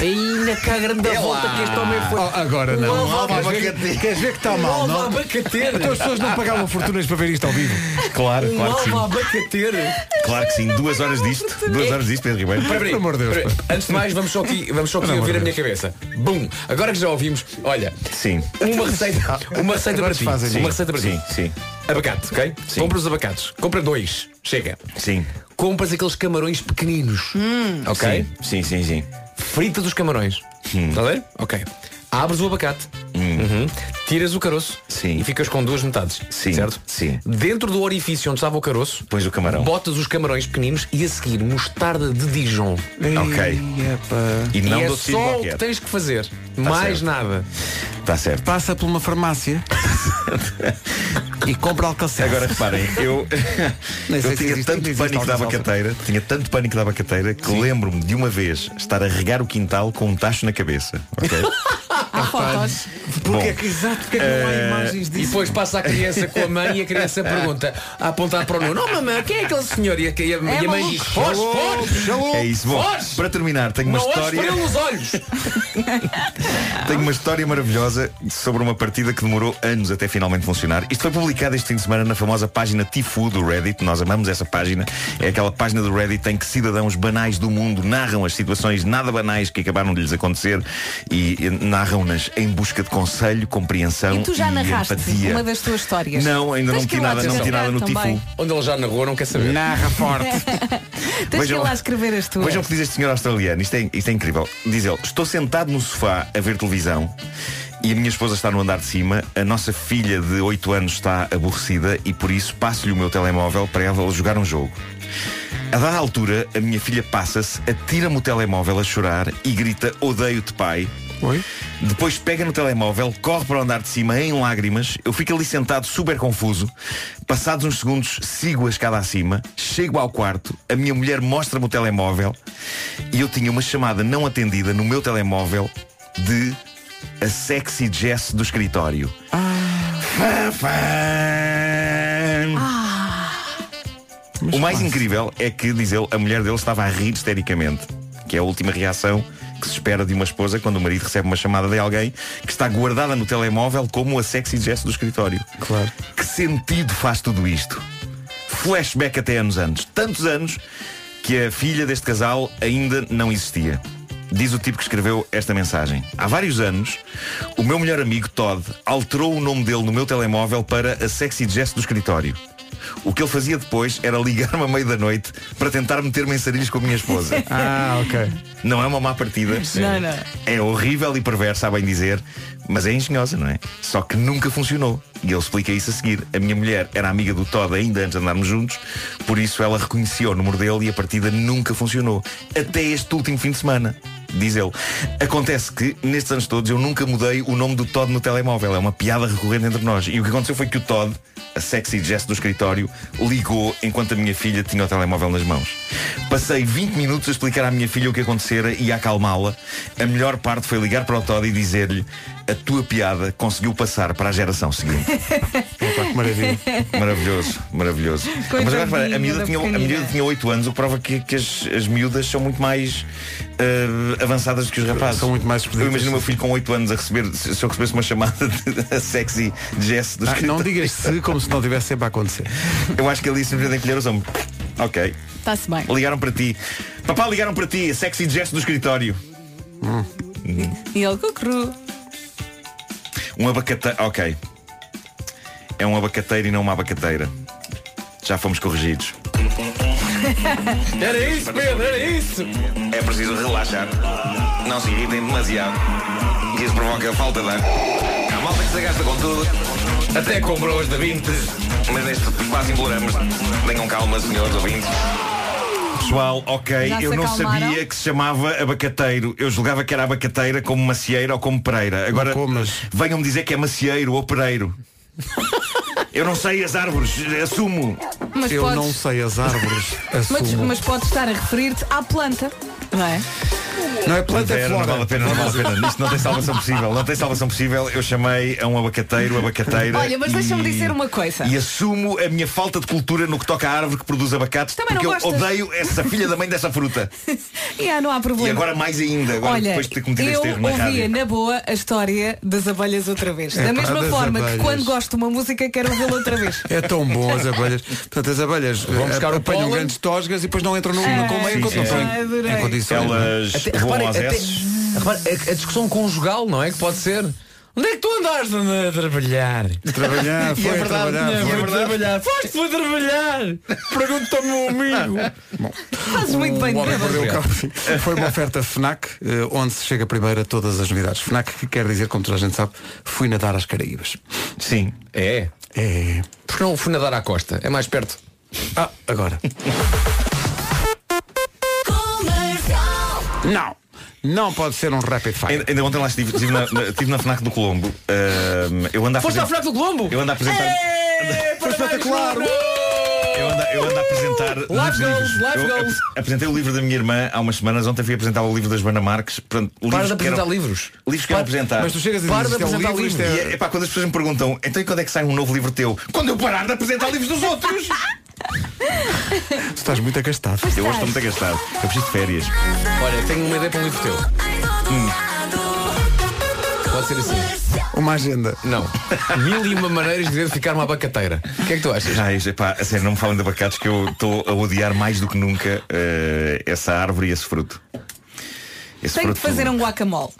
Speaker 6: Ainda cá grande
Speaker 2: É
Speaker 6: volta
Speaker 2: lá.
Speaker 6: que este homem foi.
Speaker 2: Oh, agora não.
Speaker 6: Um alvo
Speaker 2: Queres ver-
Speaker 6: abacateiro.
Speaker 2: Queres ver que está mal,
Speaker 6: Um
Speaker 2: não?
Speaker 6: alvo abacateiro.
Speaker 2: Então as pessoas
Speaker 6: Ah,
Speaker 2: não pagavam fortunas para ver isto ao vivo.
Speaker 10: Claro,
Speaker 6: Um
Speaker 10: claro que sim.
Speaker 6: alvo abacateiro.
Speaker 10: Claro que sim. Duas horas disto. Duas horas disto, Pedro Ribeiro.
Speaker 6: Peraí, peraí, peraí. Antes de mais, vamos só aqui, vamos só aqui
Speaker 10: Pelo amor
Speaker 6: ouvir a
Speaker 10: de
Speaker 6: minha cabeça. Bum! Agora que já ouvimos, olha.
Speaker 10: Sim.
Speaker 6: Uma receita, uma receita
Speaker 10: Agora
Speaker 6: para
Speaker 10: se
Speaker 6: ti.
Speaker 10: fazem
Speaker 6: Uma
Speaker 10: isso.
Speaker 6: receita para
Speaker 10: Sim,
Speaker 6: ti.
Speaker 10: sim.
Speaker 6: Abacate, ok? Compra os abacates. Compra dois. Chega.
Speaker 10: Sim.
Speaker 6: Compras aqueles camarões pequeninos. Ok?
Speaker 10: Sim, sim, sim.
Speaker 6: Frita dos camarões. Está a ver? Ok. Abres o abacate. Uhum. Tiras o caroço. E ficas com duas metades. Certo?
Speaker 10: Sim.
Speaker 6: Dentro do orifício onde estava o caroço,
Speaker 10: Pões o camarão.
Speaker 6: botas os camarões pequeninos e a seguir mostarda de Dijon.
Speaker 10: Ok. E não
Speaker 6: é
Speaker 10: do sítio
Speaker 6: só o
Speaker 10: qualquer. Tá
Speaker 6: que tens que fazer. Mais
Speaker 10: certo.
Speaker 6: nada.
Speaker 10: Está certo.
Speaker 2: Passa por uma farmácia [laughs] e compra alcacelcer.
Speaker 10: Agora reparem, [laughs] eu,
Speaker 2: Nem sei
Speaker 6: é
Speaker 2: se
Speaker 10: eu tinha
Speaker 2: existe-
Speaker 10: tanto
Speaker 2: existe
Speaker 10: pânico da
Speaker 2: alcacelcer.
Speaker 10: abacateira, tinha tanto pânico da abacateira que lembro-me de uma vez estar a regar o quintal com um tacho na cabeça.
Speaker 6: [laughs]
Speaker 10: ok?
Speaker 4: Há fotos.
Speaker 10: Bom,
Speaker 2: exato, porque é
Speaker 10: eh,
Speaker 6: E depois passa a criança com a mãe e a
Speaker 10: [laughs]
Speaker 6: criança pergunta, a apontar para o Nuno, oh mamãe, quem é aquele senhor? E a, e a- e a mãe diz, foge, foge,
Speaker 10: É isso, bom.
Speaker 6: foge.
Speaker 10: Para terminar, tenho uma
Speaker 6: não olhes
Speaker 10: história.
Speaker 6: para ele nos olhos.
Speaker 10: Tenho uma história maravilhosa sobre uma partida que demorou anos até finalmente funcionar. Isto foi publicado este fim de semana na famosa página Tifu do Reddit. Nós amamos essa página. É aquela página do Reddit em que cidadãos banais do mundo narram as situações nada banais que acabaram de lhes acontecer e eh, narram-nas em busca de conselho, compreensão
Speaker 4: E tu já
Speaker 10: e
Speaker 4: narraste
Speaker 10: um empatia.
Speaker 4: uma das tuas histórias.
Speaker 10: Não, ainda
Speaker 4: Tens
Speaker 10: não
Speaker 4: que
Speaker 10: meti
Speaker 4: ir lá
Speaker 10: nada, não meti
Speaker 4: descarregar
Speaker 10: nada no
Speaker 4: também.
Speaker 10: Tifu.
Speaker 6: Onde ele já narrou, não quer saber.
Speaker 2: Narra forte.
Speaker 4: Tens que ir
Speaker 10: Vejam-
Speaker 4: lá escrever as tuas.
Speaker 10: Vejam o que diz este senhor australiano, isto é, isto é incrível. Diz ele, estou sentado no sofá a ver televisão E a minha esposa está no andar de cima, a nossa filha de 8 anos está aborrecida e por isso passo-lhe o meu telemóvel para ela jogar um jogo. A dada altura, a minha filha passa-se, atira-me o telemóvel a chorar e grita: Odeio-te, pai.
Speaker 2: Oi?
Speaker 10: Depois pega no telemóvel, corre para o andar de cima em lágrimas. Eu fico ali sentado super confuso. Passados uns segundos, sigo a escada acima, chego ao quarto, a minha mulher mostra-me o telemóvel e eu tinha uma chamada não atendida no meu telemóvel de a sexy Jess do escritório. Fã, fã. O mais incrível é que, diz ele, a mulher dele estava a rir histericamente, que é a última reação que se espera de uma esposa quando o marido recebe uma chamada de alguém que está guardada no telemóvel como a sexy gesto do escritório.
Speaker 2: Claro.
Speaker 10: Que sentido faz tudo isto? Flashback até anos antes. Tantos anos que a filha deste casal ainda não existia. Diz o tipo que escreveu esta mensagem. Há vários anos, o meu melhor amigo Todd alterou o nome dele no meu telemóvel para a sexy gesto do escritório. O que ele fazia depois era ligar-me à meia da noite para tentar meter-me em sarilhos com a minha esposa.
Speaker 2: Ah, ok.
Speaker 10: Não é uma má partida.
Speaker 2: Sim. [laughs] Não, não.
Speaker 10: É horrível e perversa, a bem dizer, mas é engenhosa, não é? Só que nunca funcionou. E ele explica isso a seguir. A minha mulher era amiga do Todd ainda antes de andarmos juntos, por isso ela reconhecia o número dele e a partida nunca funcionou. Até este último fim de semana. Diz ele. Acontece que, nestes anos todos, eu nunca mudei o nome do Todd no telemóvel. É uma piada recorrente entre nós. E o que aconteceu foi que o Todd, a sexy gesto do escritório, ligou enquanto a minha filha tinha o telemóvel nas mãos. Passei 20 minutos a explicar à minha filha o que acontecera e a acalmá-la. A melhor parte foi ligar para o Todd e dizer-lhe a tua piada conseguiu passar para a geração seguinte.
Speaker 2: Epá, que maravilha.
Speaker 10: Maravilhoso,
Speaker 2: [laughs]
Speaker 10: maravilhoso.
Speaker 2: Coisa
Speaker 10: Mas agora repara,
Speaker 2: linda
Speaker 10: a miúda,
Speaker 2: da
Speaker 10: tinha, a
Speaker 2: pequenina.
Speaker 10: miúda tinha 8 anos, o que prova que, que as, as miúdas são muito mais eh, avançadas do que os rapazes. São muito mais Eu imagino o meu filho com 8 anos a receber, se se eu recebesse uma chamada [laughs] de, a sexy Jess dos
Speaker 2: Ah, não digas se como se não tivesse sempre a acontecer.
Speaker 10: [laughs] Eu acho que ali simplesmente encolher os ombros. Ok.
Speaker 4: Está-se bem.
Speaker 10: Ligaram para ti. Papá, ligaram para ti, a sexy Jess do escritório.
Speaker 4: E ele cucru.
Speaker 10: Um abacateiro. Ok. É um abacateiro e não uma abacateira. Já fomos corrigidos.
Speaker 6: Era isso, Pedro, era isso.
Speaker 10: É preciso relaxar. Não se irritem demasiado. Isso provoca falta de ar. A malta que se gasta com tudo. Até comprou hoje da 20. Mas neste quase imploramos. Tenham calma, senhores ouvintes. Pessoal, ok,
Speaker 2: Já se
Speaker 10: eu não
Speaker 2: acalmaram?
Speaker 10: sabia que se chamava abacateiro. Eu julgava que era abacateira como macieira ou como pereira. Agora venham-me dizer que é macieiro ou [laughs] pereiro. eu não sei as árvores, assumo.
Speaker 4: Mas Eu podes- não
Speaker 2: sei as árvores,
Speaker 4: Mas, mas pode estar a referir-te à planta, não é?
Speaker 2: Não é
Speaker 10: planta, é Não vale a pena, não vale a pena. Isto não tem salvação possível. Não tem salvação possível. Eu chamei a um abacateiro, abacateira.
Speaker 4: Olha, mas deixa-me
Speaker 10: e-
Speaker 4: dizer uma coisa.
Speaker 10: E assumo a minha falta de cultura no que toca à árvore que produz abacates.
Speaker 4: Também não
Speaker 10: porque eu
Speaker 4: gostas.
Speaker 10: odeio essa filha da mãe dessa
Speaker 4: [laughs]
Speaker 10: fruta.
Speaker 4: E ah, não há problema.
Speaker 10: E agora mais ainda, agora
Speaker 4: Olha,
Speaker 10: depois de ter cometido
Speaker 4: eu
Speaker 10: este erro na
Speaker 4: ouvia
Speaker 10: rádio.
Speaker 4: na boa a história das abelhas outra vez.
Speaker 2: Epá,
Speaker 4: da mesma
Speaker 2: das
Speaker 4: forma
Speaker 2: abelhas.
Speaker 4: que quando gosto de uma música quero ouvi-la outra
Speaker 10: [laughs]
Speaker 4: vez.
Speaker 2: É tão bom as abelhas. Portanto, as abelhas eh,
Speaker 6: buscar o
Speaker 2: apanham
Speaker 6: pólen.
Speaker 2: grandes tosgas e depois não entram no, no colmeia enquanto não estão em- em condições. não é?
Speaker 10: Tipo,
Speaker 6: Até- reparem, até- repare, a, a discussão conjugal, não é? Que pode ser. Onde é que tu andaste Ana, a trabalhar?
Speaker 2: Trabalhar,
Speaker 6: E
Speaker 2: foi
Speaker 6: é verdade,
Speaker 2: trabalhar,
Speaker 6: não é?
Speaker 2: foi
Speaker 6: Foi
Speaker 2: trabalhar.
Speaker 6: trabalhar. Foste, foi trabalhar. Pergunta-me um amigo.
Speaker 4: Fazes muito
Speaker 6: Um
Speaker 4: bem,
Speaker 2: O homem
Speaker 4: Pedro.
Speaker 2: perdeu o cabo. [laughs] Foi uma oferta FNAC, eh, onde se chega primeiro a todas as novidades. FNAC, que quer dizer, como toda a gente sabe, fui nadar às Caraíbas.
Speaker 10: Sim.
Speaker 6: É?
Speaker 2: É.
Speaker 6: Porque não fui nadar à costa? É mais perto.
Speaker 2: Ah, agora. Não, não pode ser um rapid fire.
Speaker 10: Ainda, ainda ontem lá estive, estive na, na- estive na FNAC do Colombo. Ahm, eu ando a
Speaker 6: Foste à
Speaker 10: apresentar-
Speaker 6: Fraco do Colombo?
Speaker 10: Eu ando a apresentar.
Speaker 6: Foi
Speaker 2: Então, é
Speaker 6: espetacular.
Speaker 10: Eu ando, eu ando a apresentar muitos
Speaker 6: goals,
Speaker 10: livros.
Speaker 6: life
Speaker 10: Eu
Speaker 6: goals.
Speaker 10: ap- apresentei o livro da minha irmã há umas semanas. Ontem fui apresentar o livro das Joana Marques. Portanto,
Speaker 6: de
Speaker 10: livros que eram-
Speaker 6: apresentar livros.
Speaker 10: Livros que eram
Speaker 6: Para-
Speaker 10: apresentar.
Speaker 6: mas tu chegas e Para dizes, de isto é um apresentar livro, isto livros.
Speaker 10: E, epá, quando as pessoas me perguntam, então e quando é que sai um novo livro teu? Quando eu parar de apresentar livros dos outros.
Speaker 2: Tu estás muito agastado.
Speaker 10: [laughs] Eu hoje estou muito agastado. Eu preciso de férias.
Speaker 6: Olha, tenho uma ideia para um livro teu. Hum. Pode ser assim.
Speaker 2: Uma agenda.
Speaker 10: [laughs]
Speaker 6: Não. Mil e uma maneiras de identificar uma abacateira. O que é que tu achas?
Speaker 10: Ai, epá, a sério, não me falem de abacates que eu estou a odiar mais do que nunca eh, essa árvore e esse fruto. Esse
Speaker 4: Tenho
Speaker 10: fruto.
Speaker 4: de fazer um guacamole.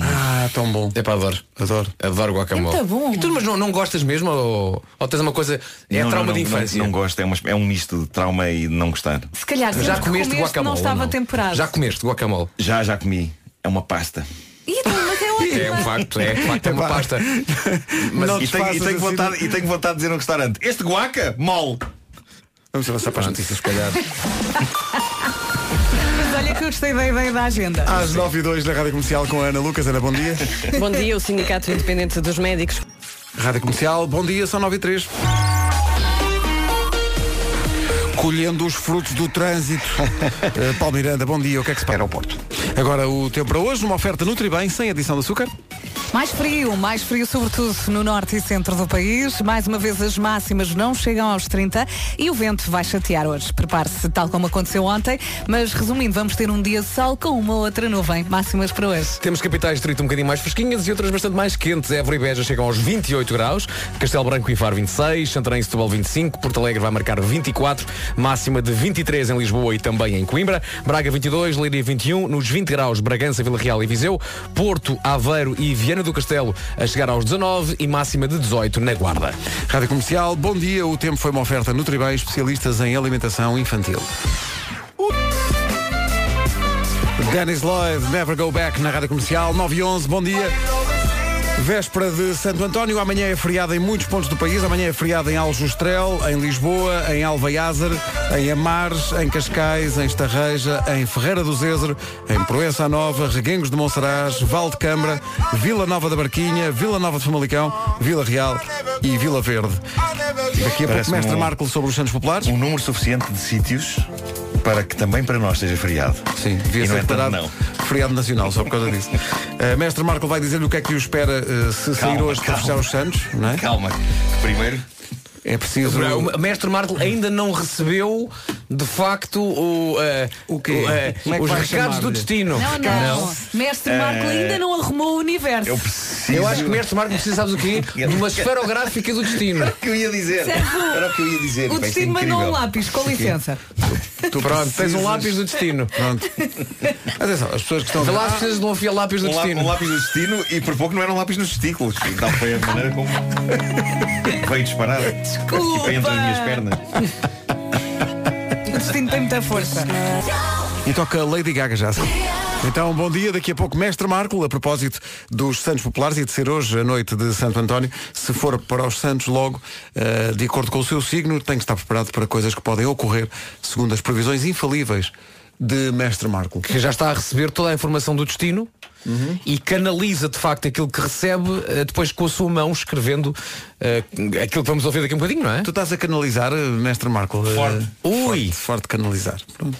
Speaker 2: Ah, tão bom.
Speaker 6: É para adoro.
Speaker 2: Adoro.
Speaker 6: Adoro guacamole.
Speaker 4: É muito bom.
Speaker 6: E tu, mas não, não gostas mesmo? Ou, ou tens uma coisa. É
Speaker 10: Não,
Speaker 6: trauma
Speaker 10: não,
Speaker 6: de
Speaker 10: não, não-
Speaker 6: infância?
Speaker 10: Não, gosto, é, uma- é um misto de trauma e de não gostar.
Speaker 4: Se calhar sempre
Speaker 6: Já
Speaker 4: que
Speaker 6: comeste
Speaker 4: comeste,
Speaker 6: guacamole?
Speaker 4: não estava
Speaker 6: ou
Speaker 4: temperado.
Speaker 6: Já comeste guacamole?
Speaker 10: Já, já comi. É uma pasta.
Speaker 4: E então, mas é
Speaker 6: [laughs] É um facto, é de facto é uma
Speaker 10: Epá. [laughs]
Speaker 6: pasta.
Speaker 10: Mas
Speaker 6: Não
Speaker 10: e, tenho, e,
Speaker 6: desfaças
Speaker 10: tenho
Speaker 6: assim
Speaker 10: vontade, e tenho vontade de dizer num restaurante. Este guaca, mole.
Speaker 2: Vamos avançar para as
Speaker 6: notícias, se calhar.
Speaker 4: Mas olha que eu gostei da ideia da agenda.
Speaker 2: Às 9 e 2 da Rádio Comercial com a Ana Lucas. Ana, bom dia.
Speaker 3: Bom dia, o Sindicato Independente dos Médicos.
Speaker 2: Rádio Comercial, bom dia, são 9 e 3. Colhendo os frutos do trânsito. Eh, Paulo Miranda, bom dia. O que é que se passa?
Speaker 1: Aeroporto.
Speaker 2: Agora o tempo para hoje, numa oferta Nutribem, sem adição de açúcar.
Speaker 4: Mais frio, mais frio sobretudo no norte e centro do país. Mais uma vez as máximas não chegam aos 30 e o vento vai chatear hoje. Prepare-se, tal como aconteceu ontem, mas resumindo, vamos ter um dia de sol com uma outra nuvem. Máximas para hoje.
Speaker 6: Temos capitais de distrito um bocadinho mais fresquinhas e outras bastante mais quentes. Évora e Beja chegam aos 28 graus, Castelo Branco e Faro 26, Santarém e Setúbal 25, Porto Alegre vai marcar 24, máxima de 23 em Lisboa e também em Coimbra, Braga 22, Leiria 21, nos 20 graus Bragança, Vila Real e Viseu, Porto, Aveiro e Viana do Castelo a chegar aos 19 e máxima de 18 na Guarda.
Speaker 2: Rádio Comercial, bom dia. O tempo foi uma oferta Nutribem, especialistas em alimentação infantil. Dennis Lloyd, Never Go Back na Rádio Comercial, 9 e 11, bom dia. Véspera de Santo António, amanhã é feriado em muitos pontos do país, amanhã é feriado em Aljustrel, em Lisboa, em Alvaiázar, em Amares, em Cascais, em Estarreja, em Ferreira do Zezer, em Proença Nova, Reguengos de Monsaraz, Val de Câmara, Vila Nova da Barquinha, Vila Nova de Famalicão, Vila Real e Vila Verde. Daqui a pouco,
Speaker 10: Parece-me
Speaker 2: Mestre
Speaker 10: um-
Speaker 2: Marco sobre os Santos Populares.
Speaker 10: Um número suficiente de sítios para que também para nós seja feriado.
Speaker 2: Sim, devia
Speaker 10: e
Speaker 2: ser
Speaker 10: não é tanto,
Speaker 2: declarado
Speaker 10: não.
Speaker 2: feriado nacional, só por causa
Speaker 6: [laughs]
Speaker 2: disso. Eh, Mestre Marco vai dizer-lhe o que é que o espera eh, se
Speaker 10: Calma,
Speaker 2: sair hoje para
Speaker 10: calma.
Speaker 2: fechar os Santos, não é?
Speaker 10: Calma, primeiro.
Speaker 2: É preciso.
Speaker 6: O mestre Marco ainda não recebeu, de facto, o, eh, o, eh,
Speaker 2: Como é que
Speaker 6: os
Speaker 2: vai
Speaker 6: recados do
Speaker 2: chamar-lhe?
Speaker 6: destino.
Speaker 4: Não, não. Mestre Marco
Speaker 6: Eh,
Speaker 4: ainda não arrumou o universo.
Speaker 6: Eu acho que o mestre Marco precisa, sabes o [laughs] quê? De uma esferográfica do destino. Era
Speaker 10: o que eu ia dizer.
Speaker 4: Serve o-
Speaker 10: Era o que eu ia dizer.
Speaker 6: é
Speaker 4: O destino mandou um lápis, com licença.
Speaker 2: Tu
Speaker 6: Pronto, tens um lápis do destino.
Speaker 2: Pronto. [laughs] Atenção, as pessoas que estão.
Speaker 6: Vê lá se precisas de um afio lápis do
Speaker 10: um lá-
Speaker 6: destino.
Speaker 10: um lápis do destino e por pouco não era um lápis nos testículos. Então foi a maneira como veio disparada. E veio entre as minhas pernas.
Speaker 4: O destino tem muita força.
Speaker 2: E toca Lady Gaga já. Então, bom dia. Daqui a pouco, Mestre Marco, a propósito dos Santos Populares e de ser hoje a noite de Santo António, se for para os Santos logo, eh, de acordo com o seu signo, tem que estar preparado para coisas que podem ocorrer, segundo as previsões infalíveis de Mestre Marco.
Speaker 6: Que já está a receber toda a informação do destino
Speaker 2: Uhum.
Speaker 6: e canaliza de facto aquilo que recebe eh, depois com a sua mão escrevendo eh, aquilo que vamos ouvir daqui a um bocadinho, não é?
Speaker 2: Tu estás a canalizar, eh, Mestre Marco? eh,
Speaker 6: Forte.
Speaker 2: Forte, forte canalizar. Pronto.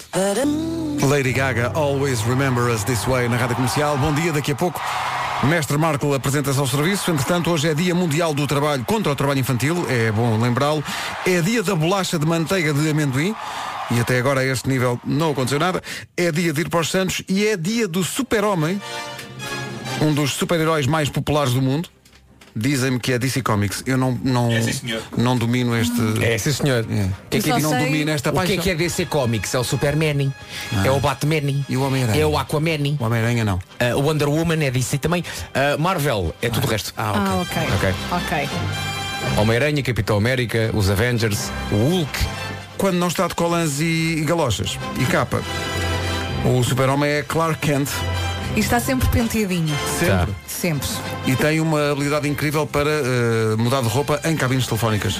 Speaker 2: Lady Gaga, Always Remember Us This Way na Rádio Comercial. Bom dia, daqui a pouco. Mestre Marco apresenta-se ao serviço. Entretanto, hoje é Dia Mundial do Trabalho contra o Trabalho Infantil. É bom lembrá-lo. É dia da bolacha de manteiga de amendoim. E até agora, a este nível, não aconteceu nada. É dia de ir para os Santos e é dia do super-homem. Um dos super-heróis mais populares do mundo. Dizem-me que é DC Comics. Eu não, não, não domino este...
Speaker 6: É, sim senhor.
Speaker 2: Que é que não domina esta
Speaker 6: o que é
Speaker 2: paixão?
Speaker 6: que é DC Comics? É o Superman,
Speaker 2: Ah.
Speaker 6: é o Batman,
Speaker 2: E o Homem-Aranha?
Speaker 6: é o Aquaman,
Speaker 2: O Homem-Aranha não.
Speaker 6: o Wonder Woman é DC também. Ah, Marvel é tudo o resto.
Speaker 4: Ah, ok.
Speaker 6: Ok.
Speaker 4: Ok.
Speaker 6: Homem-Aranha, Capitão América, os Avengers, o Hulk.
Speaker 2: Quando não está de colãs e, e galochas e capa. O super-homem é Clark Kent
Speaker 4: E está sempre penteadinho.
Speaker 2: Tá.
Speaker 4: Sempre. [laughs]
Speaker 2: e tem uma habilidade incrível para eh, mudar de roupa em cabines
Speaker 6: [laughs]
Speaker 2: telefónicas.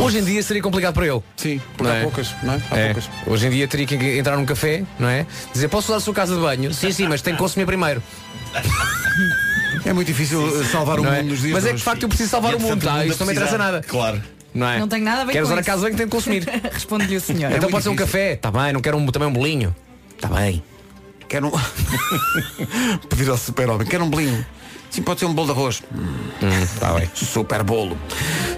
Speaker 6: Hoje em dia seria complicado para ele.
Speaker 2: Sim, porque há poucas, não é? Há
Speaker 6: É.
Speaker 2: poucas.
Speaker 6: Hoje em dia teria que entrar num café, não é? Dizer, posso usar a sua casa de banho? Sim, sim, mas tem que consumir primeiro.
Speaker 2: É muito difícil eh, salvar o
Speaker 6: Não
Speaker 2: mundo
Speaker 6: é?
Speaker 2: nos dias
Speaker 6: Mas é
Speaker 2: de
Speaker 6: que de
Speaker 2: hoje.
Speaker 6: facto eu preciso salvar
Speaker 2: E
Speaker 6: o mundo,
Speaker 2: entretanto,
Speaker 6: tá?
Speaker 2: o mundo
Speaker 6: Isto não me
Speaker 2: a
Speaker 6: interessa
Speaker 2: precisar.
Speaker 6: nada. Claro. Não é?
Speaker 4: Não tenho nada a ver
Speaker 6: Quero
Speaker 4: com
Speaker 6: usar a
Speaker 4: isso.
Speaker 6: casa de banho, tenho que [laughs] consumir.
Speaker 4: Responde-lhe o
Speaker 2: É
Speaker 4: senhor.
Speaker 6: então pode ser um café, está bem, não quero um, também um bolinho. Está bem.
Speaker 2: Quero um... [laughs] Pedir ao super-homem, quero um bolinho. Sim, pode ser um bolo de arroz.
Speaker 6: Está bem.
Speaker 2: Super bolo.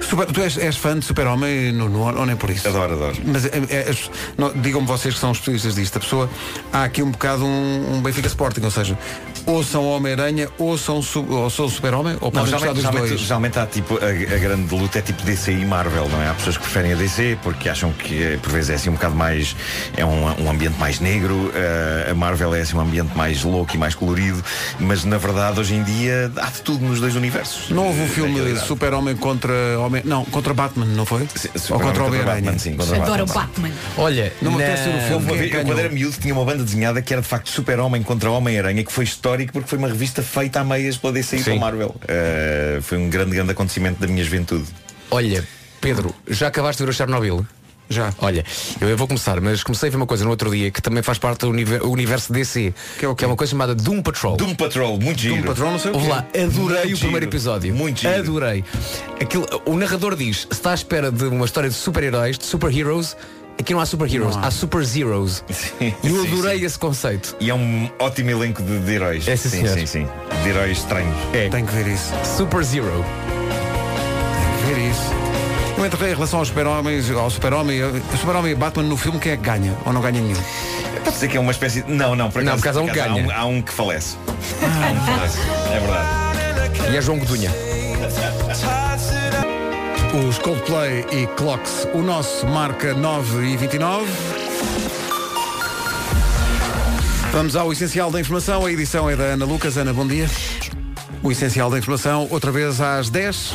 Speaker 2: Super- tu és, és fã de super-homem, Nuno, ou nem por isso?
Speaker 10: Adoro, adoro.
Speaker 2: Mas é, é, as- não, digam-me vocês que são especialistas disto. A pessoa, há aqui um bocado um, um Benfica Sporting, ou seja, ou são Homem-Aranha, ou são, su- ou são Super-Homem, ou
Speaker 10: Não,
Speaker 2: podem gostar
Speaker 10: geralmente,
Speaker 2: dos
Speaker 10: Então, geralmente,
Speaker 2: dois.
Speaker 10: geralmente há tipo a, a grande luta é tipo DC e Marvel, não é? Há pessoas que preferem a DC porque acham que eh, por vezes é assim um bocado mais é um, um ambiente mais negro, eh, a Marvel é assim um ambiente mais louco e mais colorido, mas na verdade hoje em dia há de tudo nos dois universos.
Speaker 2: Não houve
Speaker 10: Eh,
Speaker 2: um
Speaker 10: na
Speaker 2: filme
Speaker 10: realidade.
Speaker 2: Super-Homem contra Homem. Não, contra Batman, não foi? ou
Speaker 10: Super-Homem
Speaker 2: contra
Speaker 10: contra
Speaker 2: Homem-Aranha.
Speaker 10: Batman, sim, contra Adoro Batman, sim.
Speaker 4: Batman.
Speaker 6: Olha,
Speaker 2: Não me
Speaker 6: na-
Speaker 2: apetece ver o filme.
Speaker 10: Houve
Speaker 2: quem é
Speaker 10: uma vez- Eu,
Speaker 2: ganhou?
Speaker 10: quando era miúdo, tinha uma banda desenhada que era de facto Super-Homem contra Homem-Aranha, que foi histó- histórico porque foi uma revista feita a meias pela DC e pela Marvel. Uh, foi um grande, grande acontecimento da minha juventude.
Speaker 6: Olha, Pedro, já acabaste de ver o Chernobyl? Já. Olha, eu, eu vou começar, mas comecei a ver uma coisa no outro dia que também faz parte do univer- o universo DC, que é, uma coisa chamada Doom Patrol.
Speaker 10: Doom Patrol, muito giro.
Speaker 6: Doom Patrol, não sei o
Speaker 10: quê.
Speaker 6: lá, adorei o
Speaker 10: Muito
Speaker 6: primeiro
Speaker 10: giro.
Speaker 6: episódio. Muito giro. Adorei. Aquilo, o narrador diz, se está à espera de uma história de super-heróis, de super-heroes, aqui não há super-heroes, há [laughs] super-zeros. E eu adorei esse conceito.
Speaker 10: E é um ótimo elenco de, de heróis.
Speaker 6: É, sim,
Speaker 10: sim,
Speaker 6: senhor.
Speaker 10: sim, sim. De heróis estranhos.
Speaker 6: É.
Speaker 2: Tem que ver isso.
Speaker 6: Super Zero.
Speaker 2: Ver isso. Eu entrei em relação aos super-homens, ao super-homem, eu- o super-homem e Batman no filme, quem é que ganha? Ou não ganha nenhum?
Speaker 10: Pode ser que é uma espécie de... Não, não, por acaso,
Speaker 2: Não, por acaso há um que ganha.
Speaker 10: Há um, há um que falece. Há um que falece. É verdade.
Speaker 6: E é João Godunha.
Speaker 2: Os Coldplay e Clocks, o nosso marca 9 e 29. Vamos ao essencial da informação, a edição é da Ana Lucas. Ana, bom dia. O essencial da informação, outra vez às 10.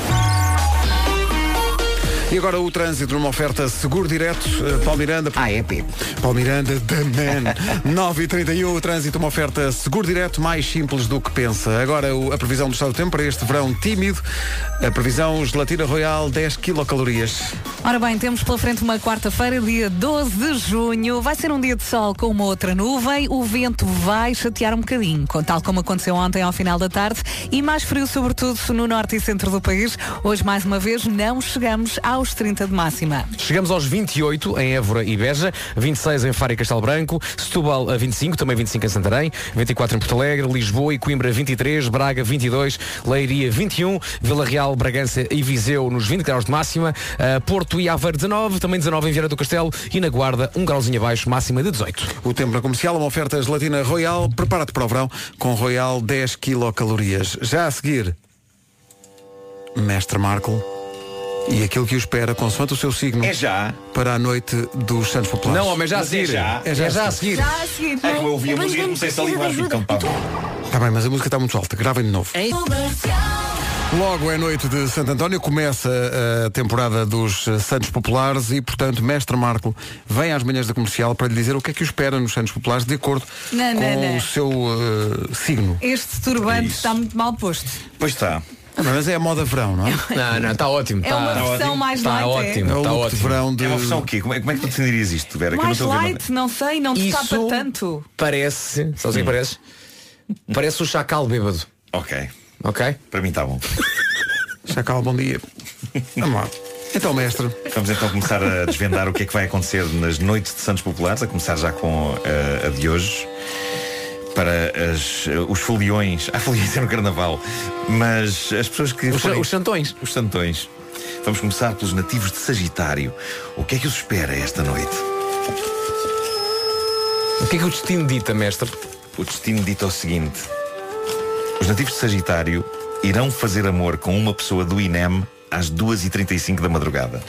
Speaker 2: E agora o trânsito numa oferta seguro direto. Eh, Paulo Miranda. AEP. Paulo Miranda, the man. 9h31, o trânsito uma oferta seguro direto mais simples do que pensa. Agora o- a previsão do estado do tempo para este verão tímido. A previsão gelatina royal 10 quilocalorias.
Speaker 4: Ora bem, temos pela frente uma quarta-feira, dia 12 de junho. Vai ser um dia de sol com uma outra nuvem. O vento vai chatear um bocadinho, com- tal como aconteceu ontem ao final da tarde. E mais frio, sobretudo no norte e centro do país. Hoje, mais uma vez, não chegamos aos 30 de máxima.
Speaker 6: Chegamos aos 28 em Évora e Beja, 26 em Faro e Castelo Branco, Setúbal a 25, também 25 em Santarém, 24 em Porto Alegre, Lisboa e Coimbra 23, Braga 22, Leiria 21, Vila Real, Bragança e Viseu nos 20 graus de máxima, eh, Porto e Aveiro 19, também 19 em Vieira do Castelo e na Guarda um grauzinho abaixo, máxima de 18.
Speaker 2: O tempo na comercial, uma oferta gelatina royal. Prepara-te para o verão com royal 10 quilocalorias. Já a seguir, Mestre Marco. E aquilo que o espera, consoante o seu signo. É
Speaker 10: já.
Speaker 2: Para a noite dos Santos Populares.
Speaker 6: Não, homem, já a
Speaker 2: Mas
Speaker 6: seguir.
Speaker 2: É já, a seguir.
Speaker 4: a seguir.
Speaker 10: É que eu ouvi a música e comecei a salivar porque cantava.
Speaker 2: Está Tá bem, mas a música está muito alta. Gravem de novo. Logo é noite de Santo António, começa eh, a temporada dos eh, Santos Populares e, portanto, Mestre Marco vem às manhãs da comercial para lhe dizer o que é que o espera nos Santos Populares de acordo
Speaker 4: Não,
Speaker 2: com
Speaker 4: não, não.
Speaker 2: o seu eh, signo.
Speaker 4: Este
Speaker 10: É
Speaker 4: turbante está muito mal posto.
Speaker 10: Pois está.
Speaker 2: Mas é a moda verão, não é?
Speaker 6: Não, não, está ótimo.
Speaker 4: É tá- uma versão mais
Speaker 6: tá
Speaker 4: light, é?
Speaker 6: ótimo,
Speaker 2: É o
Speaker 6: tá
Speaker 2: look de
Speaker 6: ótimo.
Speaker 2: verão de-
Speaker 10: É uma versão o quê? Como é, como é que tu definirias isto, Vera? Que eu não
Speaker 4: mais
Speaker 10: estou a ver nada.
Speaker 4: light, não sei, não te tapa tanto.
Speaker 6: Parece, sabes o que parece?
Speaker 2: Hum.
Speaker 6: Parece o chacal bêbado.
Speaker 10: Ok.
Speaker 6: Ok?
Speaker 10: Para mim está bom.
Speaker 2: Chacal, bom dia. Vamos lá. Então, mestre.
Speaker 10: Vamos então começar a desvendar o que é que vai acontecer nas noites de Santos Populares, a começar já com eh, a de hoje. Para as, eh, os foliões. Há foliões é no carnaval. Mas as pessoas que.
Speaker 6: Os- os santões.
Speaker 10: Os santões. Vamos começar pelos nativos de Sagitário. O que é que os espera esta noite?
Speaker 6: O que é que o destino dita, mestre?
Speaker 10: O destino dita o seguinte: os nativos de Sagitário irão fazer amor com uma pessoa do INEM às 2h35 da madrugada.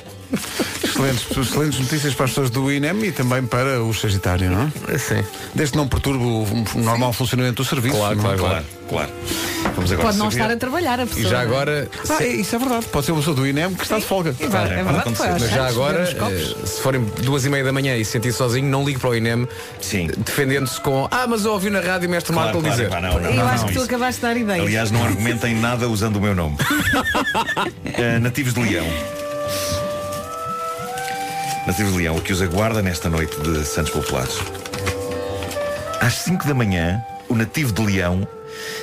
Speaker 2: Excelentes, excelentes notícias para as pessoas do INEM e também para o Sagitário, não
Speaker 6: é? Sim.
Speaker 2: Desde que não perturbe o o normal funcionamento do serviço.
Speaker 6: Claro,
Speaker 2: não é?
Speaker 6: claro, claro.
Speaker 10: claro. Vamos
Speaker 4: Pode não estar a trabalhar, a pessoa.
Speaker 2: Ah, é- Isso é verdade. Pode ser uma pessoa do INEM que está de folga.
Speaker 4: É verdade, é verdade, Pode acontecer. foi aos
Speaker 6: Mas já
Speaker 4: Santos,
Speaker 6: agora,
Speaker 4: bebemos copos.
Speaker 6: eh, se forem duas e meia da manhã e se sentir sozinho, não ligue para o INEM
Speaker 10: eh,
Speaker 6: defendendo-se com Ah, mas eu ouvi na rádio o mestre
Speaker 10: Claro,
Speaker 6: Marco
Speaker 10: claro,
Speaker 6: dizer.
Speaker 10: pá, não, não,
Speaker 4: Eu
Speaker 10: não,
Speaker 4: acho
Speaker 10: não,
Speaker 4: que tu
Speaker 10: isso-
Speaker 4: acabaste de dar ideias.
Speaker 10: Aliás, não argumentem nada usando o meu
Speaker 4: [laughs]
Speaker 10: nome. Eh, nativos de Leão. Nativos de Leão, o que os aguarda nesta noite de Santos Populares? Às 5 da manhã, o nativo de Leão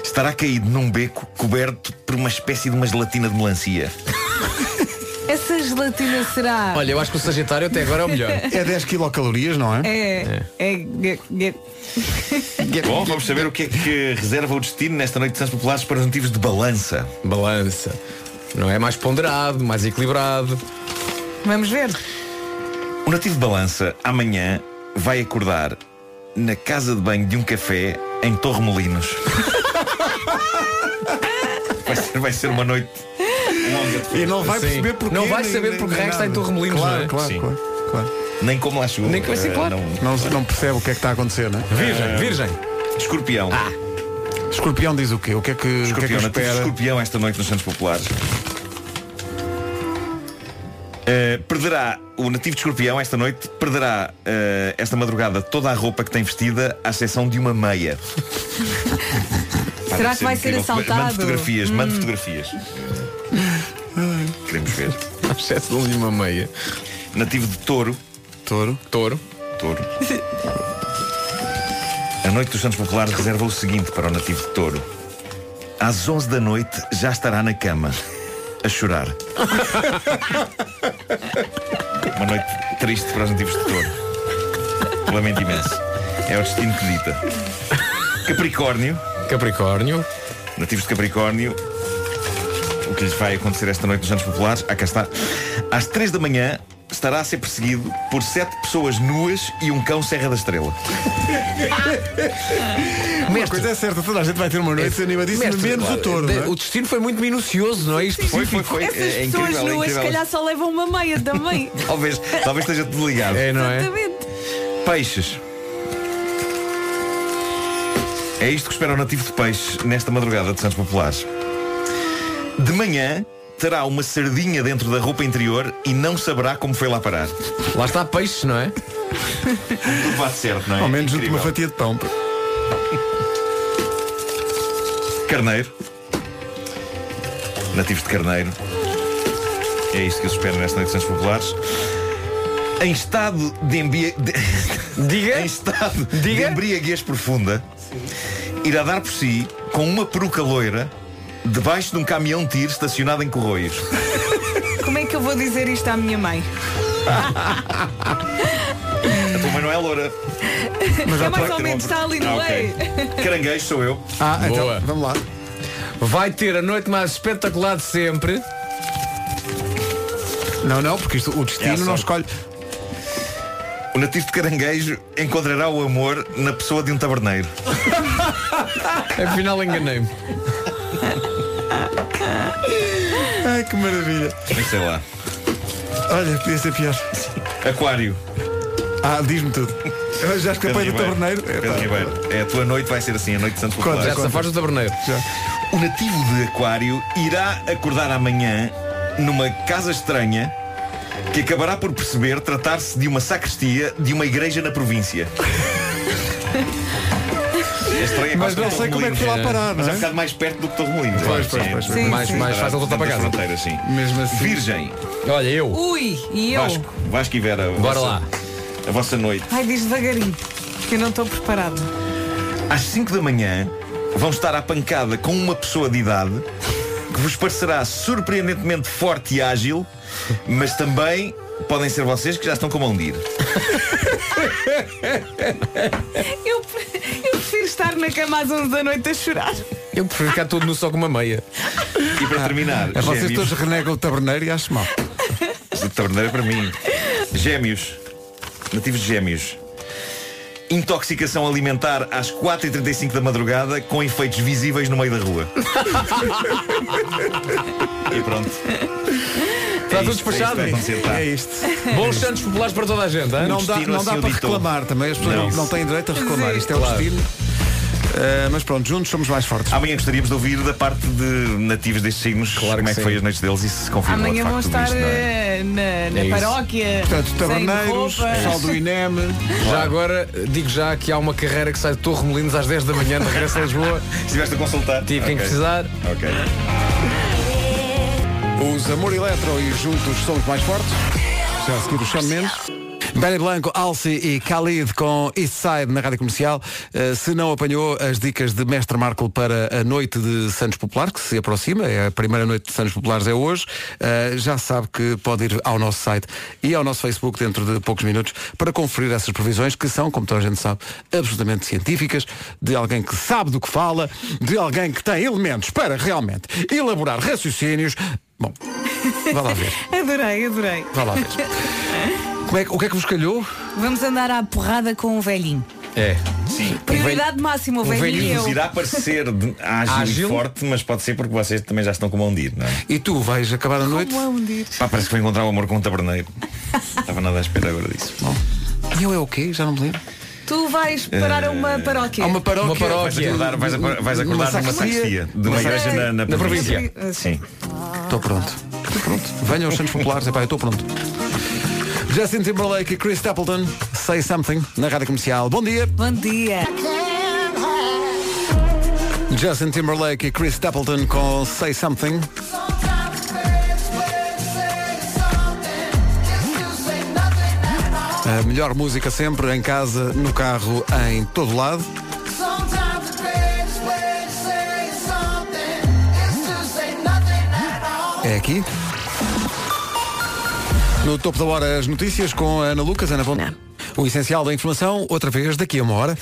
Speaker 10: estará caído num beco coberto por uma espécie de uma gelatina de
Speaker 4: [laughs]
Speaker 10: melancia.
Speaker 4: Essa gelatina será.
Speaker 6: Olha, eu acho que o Sagitário até agora é o
Speaker 10: [laughs]
Speaker 6: melhor.
Speaker 2: É 10 quilocalorias, não
Speaker 4: É. é. é-
Speaker 10: Bom, vamos saber o que é que reserva o destino nesta noite de Santos Populares para os nativos de balança.
Speaker 6: Balança. Não é mais ponderado, mais equilibrado.
Speaker 4: Vamos ver.
Speaker 10: O nativo de balança amanhã vai acordar na casa de banho de um café em
Speaker 6: [laughs]
Speaker 10: Torremolinos. vai, ser, vai ser uma noite longa de
Speaker 2: E não vai
Speaker 10: festa.
Speaker 2: perceber porquê.
Speaker 6: Não vai
Speaker 2: nem-
Speaker 6: saber
Speaker 2: nem-
Speaker 6: porque
Speaker 2: nem
Speaker 6: raio está em
Speaker 2: nada.
Speaker 6: Torremolinos,
Speaker 2: claro,
Speaker 6: não é?
Speaker 2: Claro,
Speaker 6: Sim.
Speaker 2: claro, claro.
Speaker 10: Nem como lá chegou.
Speaker 6: Nem como- sim,
Speaker 10: Eh,
Speaker 6: claro.
Speaker 2: Não, não percebe o que é que está a acontecer, não é?
Speaker 10: Virgem, virgem. Escorpião.
Speaker 6: Ah, é
Speaker 2: Escorpião diz o quê? O que é que, o que, é que
Speaker 10: Escorpião, nativo de
Speaker 2: espera?
Speaker 10: escorpião esta noite nos Santos Populares. Eh, perderá, o nativo de escorpião esta noite perderá eh, esta madrugada toda a roupa que tem vestida, à exceção de uma meia. Pá,
Speaker 4: Será
Speaker 10: deve
Speaker 4: que vai ser
Speaker 10: incrível.
Speaker 4: assaltado?
Speaker 10: Mande fotografias, mande
Speaker 4: Hum. [laughs]
Speaker 10: fotografias. Queremos ver. Excesso de uma meia. Nativo de touro. Touro. Touro. Touro. A noite dos Santos Populares reserva o seguinte para o nativo de touro. Às 11 da noite já estará na cama, a chorar. Uma noite triste para os nativos de touro. Lamento imenso. É o destino que dita. Capricórnio. Capricórnio. Nativos de Capricórnio. O que lhes vai acontecer esta noite nos Santos Populares? Ah, cá está. Às 3 da manhã estará a ser perseguido por sete pessoas nuas e um cão Serra da Estrela.
Speaker 2: Uma coisa é certa, toda a gente vai ter uma noite animadíssima,
Speaker 6: Mestre,
Speaker 2: menos
Speaker 6: claro,
Speaker 2: o touro.
Speaker 6: de-
Speaker 2: não é?
Speaker 6: O destino foi muito minucioso, não é? Isto
Speaker 10: Foi, foi, É foi.
Speaker 4: Essas pessoas nuas, se calhar, só levam uma meia também.
Speaker 10: Talvez, talvez esteja tudo ligado. [laughs] É, não
Speaker 4: Exatamente.
Speaker 10: Peixes. É isto que espera o nativo de peixe nesta madrugada de Santos Populares. De manhã terá uma sardinha dentro da roupa interior e não saberá como foi lá parar. Lá está peixe, não é? Tudo bate certo, não é?
Speaker 2: Ao menos junto
Speaker 10: Incrível.
Speaker 2: uma fatia de pão.
Speaker 10: Carneiro. Nativos de carneiro. É isto que eu espero nesta noite de Santos Populares. Em estado de, embia... de... [laughs] Diga. Em estado de embriaguez profunda, irá dar por si com uma peruca loira debaixo de um caminhão de tiro estacionado em Corroios.
Speaker 4: Como é que eu vou dizer isto à minha mãe?
Speaker 10: A tua mãe não é loura.
Speaker 4: Mas já É mais pode- ou menos, está ali no
Speaker 10: Ah, ok.
Speaker 4: meio.
Speaker 10: Caranguejo sou eu.
Speaker 6: Ah,
Speaker 10: Boa.
Speaker 6: então, vamos lá. Vai ter a noite mais espetacular de sempre.
Speaker 2: Não, não, porque isto, o destino não escolhe.
Speaker 10: O nativo de caranguejo encontrará o amor na pessoa de um taberneiro.
Speaker 6: Afinal enganei-me.
Speaker 2: Ai, que maravilha.
Speaker 10: Nem sei lá.
Speaker 2: Olha, podia ser pior.
Speaker 10: Aquário.
Speaker 2: Ah, diz-me tudo. Eu já escapei
Speaker 10: Pedro
Speaker 2: do
Speaker 10: Ribeiro.
Speaker 2: taberneiro.
Speaker 10: Pedro Ribeiro. É, a tua noite vai ser assim, a noite de Santos
Speaker 2: Conta,
Speaker 10: Populares.
Speaker 2: conta. Já safaste
Speaker 6: taberneiro.
Speaker 10: O nativo de Aquário irá acordar amanhã numa casa estranha que acabará por perceber tratar-se de uma sacristia de uma igreja na [laughs] província. É estranho, é
Speaker 2: Mas
Speaker 10: quase
Speaker 2: não
Speaker 10: Torre
Speaker 2: sei como é que
Speaker 10: Molinos.
Speaker 2: foi lá parar, não
Speaker 10: Mas é
Speaker 2: é?
Speaker 10: um bocado mais perto do que Torremolinos.
Speaker 2: Pois,
Speaker 10: Sim,
Speaker 2: pois, pois,
Speaker 10: sim.
Speaker 2: pois.
Speaker 10: Mais,
Speaker 2: Sim,
Speaker 10: mais
Speaker 2: sim.
Speaker 10: fácil voltar para
Speaker 2: Tantas
Speaker 10: casa.
Speaker 2: fronteiras,
Speaker 10: sim.
Speaker 2: Mesmo assim.
Speaker 10: Virgem. Olha, eu.
Speaker 4: Ui, e eu?
Speaker 10: Vasco. Vasco e Vera. a
Speaker 6: Bora
Speaker 10: vossa-
Speaker 6: lá.
Speaker 10: A vossa noite.
Speaker 4: Ai, diz devagarinho, que eu não estou preparado.
Speaker 10: Às 5 da manhã vão estar à pancada com uma pessoa de idade que vos parecerá surpreendentemente forte e ágil, mas também podem ser vocês que já estão com a mão de ir.
Speaker 4: Eu, [laughs] eu prefiro estar na cama às 11 da noite a chorar.
Speaker 6: Eu prefiro ficar todo nu só com uma meia.
Speaker 10: E para terminar,
Speaker 2: É, vocês
Speaker 10: gêmeos.
Speaker 2: todos renegam o taberneiro e acho mal.
Speaker 10: De torneira para mim. Gêmeos. Nativos de gêmeos. Intoxicação alimentar às 4h35 da madrugada com efeitos visíveis no meio
Speaker 6: [laughs]
Speaker 10: da rua. E pronto.
Speaker 6: Está Tá tudo despachado?
Speaker 10: É
Speaker 2: isto.
Speaker 6: Bons santos populares para toda a gente, hein?
Speaker 2: não dá, não dá
Speaker 10: assim
Speaker 2: para reclamar também, as pessoas não, não têm direito a reclamar. Isto é o destino. Eh, mas pronto, juntos somos mais fortes.
Speaker 10: Amanhã gostaríamos de ouvir da parte de nativos destes signos como é que
Speaker 2: sim.
Speaker 10: foi as noites deles e se se confirmou
Speaker 4: Amanhã
Speaker 10: de facto
Speaker 4: vão
Speaker 10: tudo
Speaker 4: estar
Speaker 10: isto, não é?
Speaker 4: eh, na, na
Speaker 10: É isso.
Speaker 4: paróquia.
Speaker 2: Portanto,
Speaker 4: sem
Speaker 2: taberneiros, é
Speaker 4: roupa.
Speaker 2: pessoal do INEM.
Speaker 6: Já agora, digo já que há uma carreira que sai de Torre Molinos às 10 da manhã de regresso a Lisboa.
Speaker 10: Estiveste a consultar?
Speaker 6: Tive, quem
Speaker 2: Ok.
Speaker 6: precisar.
Speaker 10: Ok.
Speaker 2: Os Amor Eletro e juntos somos mais fortes. Já a seguir o Sean Mendes. Dani Blanco, Alci e Khalid com Eastside na Rádio Comercial. Eh, se não apanhou as dicas de Mestre Marco para a noite de Santos Populares, que se aproxima, é a primeira noite de Santos Populares é hoje, eh, já sabe que pode ir ao nosso site e ao nosso Facebook dentro de poucos minutos para conferir essas previsões que são, como toda a gente sabe, absolutamente científicas, de alguém que sabe do que fala, de alguém que tem elementos para realmente elaborar raciocínios. Bom, vá lá ver.
Speaker 4: Adorei, adorei.
Speaker 2: Vá lá ver. Como é que- o que é que vos calhou?
Speaker 4: Vamos andar à porrada com o velhinho.
Speaker 10: É. Sim.
Speaker 4: Prioridade máxima, o velhinho e eu.
Speaker 10: vos irá parecer de- ágil,
Speaker 2: Ágil?
Speaker 10: e forte, mas pode ser porque vocês também já estão com mão de ir, não é?
Speaker 2: E tu vais acabar a noite?
Speaker 4: um
Speaker 10: Pá, parece que foi encontrar o amor com
Speaker 4: [laughs]
Speaker 10: um taberneiro. Estava nada à espera agora disso.
Speaker 2: E eu é o quê? Já não me lembro.
Speaker 4: Tu vais parar a uma
Speaker 10: Eh,
Speaker 4: paróquia.
Speaker 2: há uma paróquia. Uma
Speaker 10: Vais acordar, vais acor- vais acordar numa sacristia de uma igreja na, na província. Sim.
Speaker 2: Estou pronto. Estou pronto. Venham os Santos Populares, epá, eu estou pronto. Justin Timberlake e Chris Stapleton, Say Something, na Rádio Comercial. Bom dia.
Speaker 4: Bom dia.
Speaker 2: Justin Timberlake e Chris Stapleton com Say Something. A melhor música sempre, em casa, no carro, em todo lado. É aqui. No topo da hora, as notícias com a Ana Lucas, Ana Ponte. O essencial da informação, outra vez, daqui a uma hora.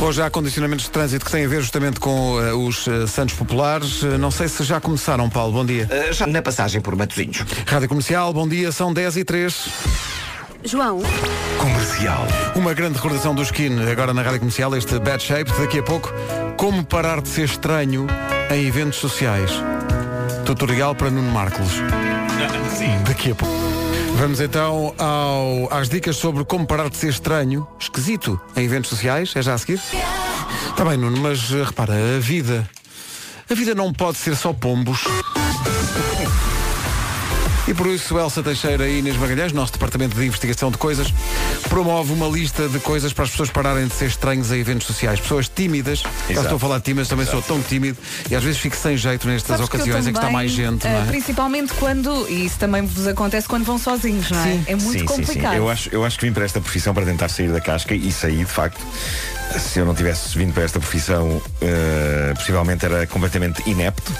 Speaker 2: Hoje há condicionamentos de trânsito que têm a ver justamente com eh, os eh, Santos Populares. Eh, não sei se já começaram, Paulo. Bom dia.
Speaker 1: Eh, já na passagem por Matosinhos.
Speaker 2: Rádio Comercial, bom dia. São 10 e 3.
Speaker 14: João.
Speaker 2: Comercial. Uma grande recordação do Skin, agora na Rádio Comercial, este Bad Shape. Daqui a pouco, como parar de ser estranho em eventos sociais. Tutorial para Nuno Marcos. Daqui a pouco. Vamos então ao- às dicas sobre como parar de ser estranho, esquisito, em eventos sociais. É já a seguir? Está bem, Nuno, mas eh, repara, a vida. A vida não pode ser só pombos. E por isso, Elsa Teixeira e Inês Magalhães, nosso departamento de investigação de coisas, promove uma lista de coisas para as pessoas pararem de ser estranhos em eventos sociais. Pessoas tímidas, já
Speaker 10: Exato.
Speaker 2: estou a falar de tímidas, também
Speaker 10: Exato.
Speaker 2: sou tão tímido e às vezes fico sem jeito nestas
Speaker 4: Sabes que eu
Speaker 2: ocasiões em que está
Speaker 4: também,
Speaker 2: mais gente,
Speaker 4: eh,
Speaker 2: não é?
Speaker 4: Principalmente quando, e isso também vos acontece quando vão sozinhos, não é? É muito
Speaker 10: Sim, sim, sim.
Speaker 4: complicado.
Speaker 10: Eu, acho, eu acho que vim para esta profissão para tentar sair da casca e saí, de facto. Se eu não tivesse vindo para esta profissão, eh, possivelmente era completamente inepto.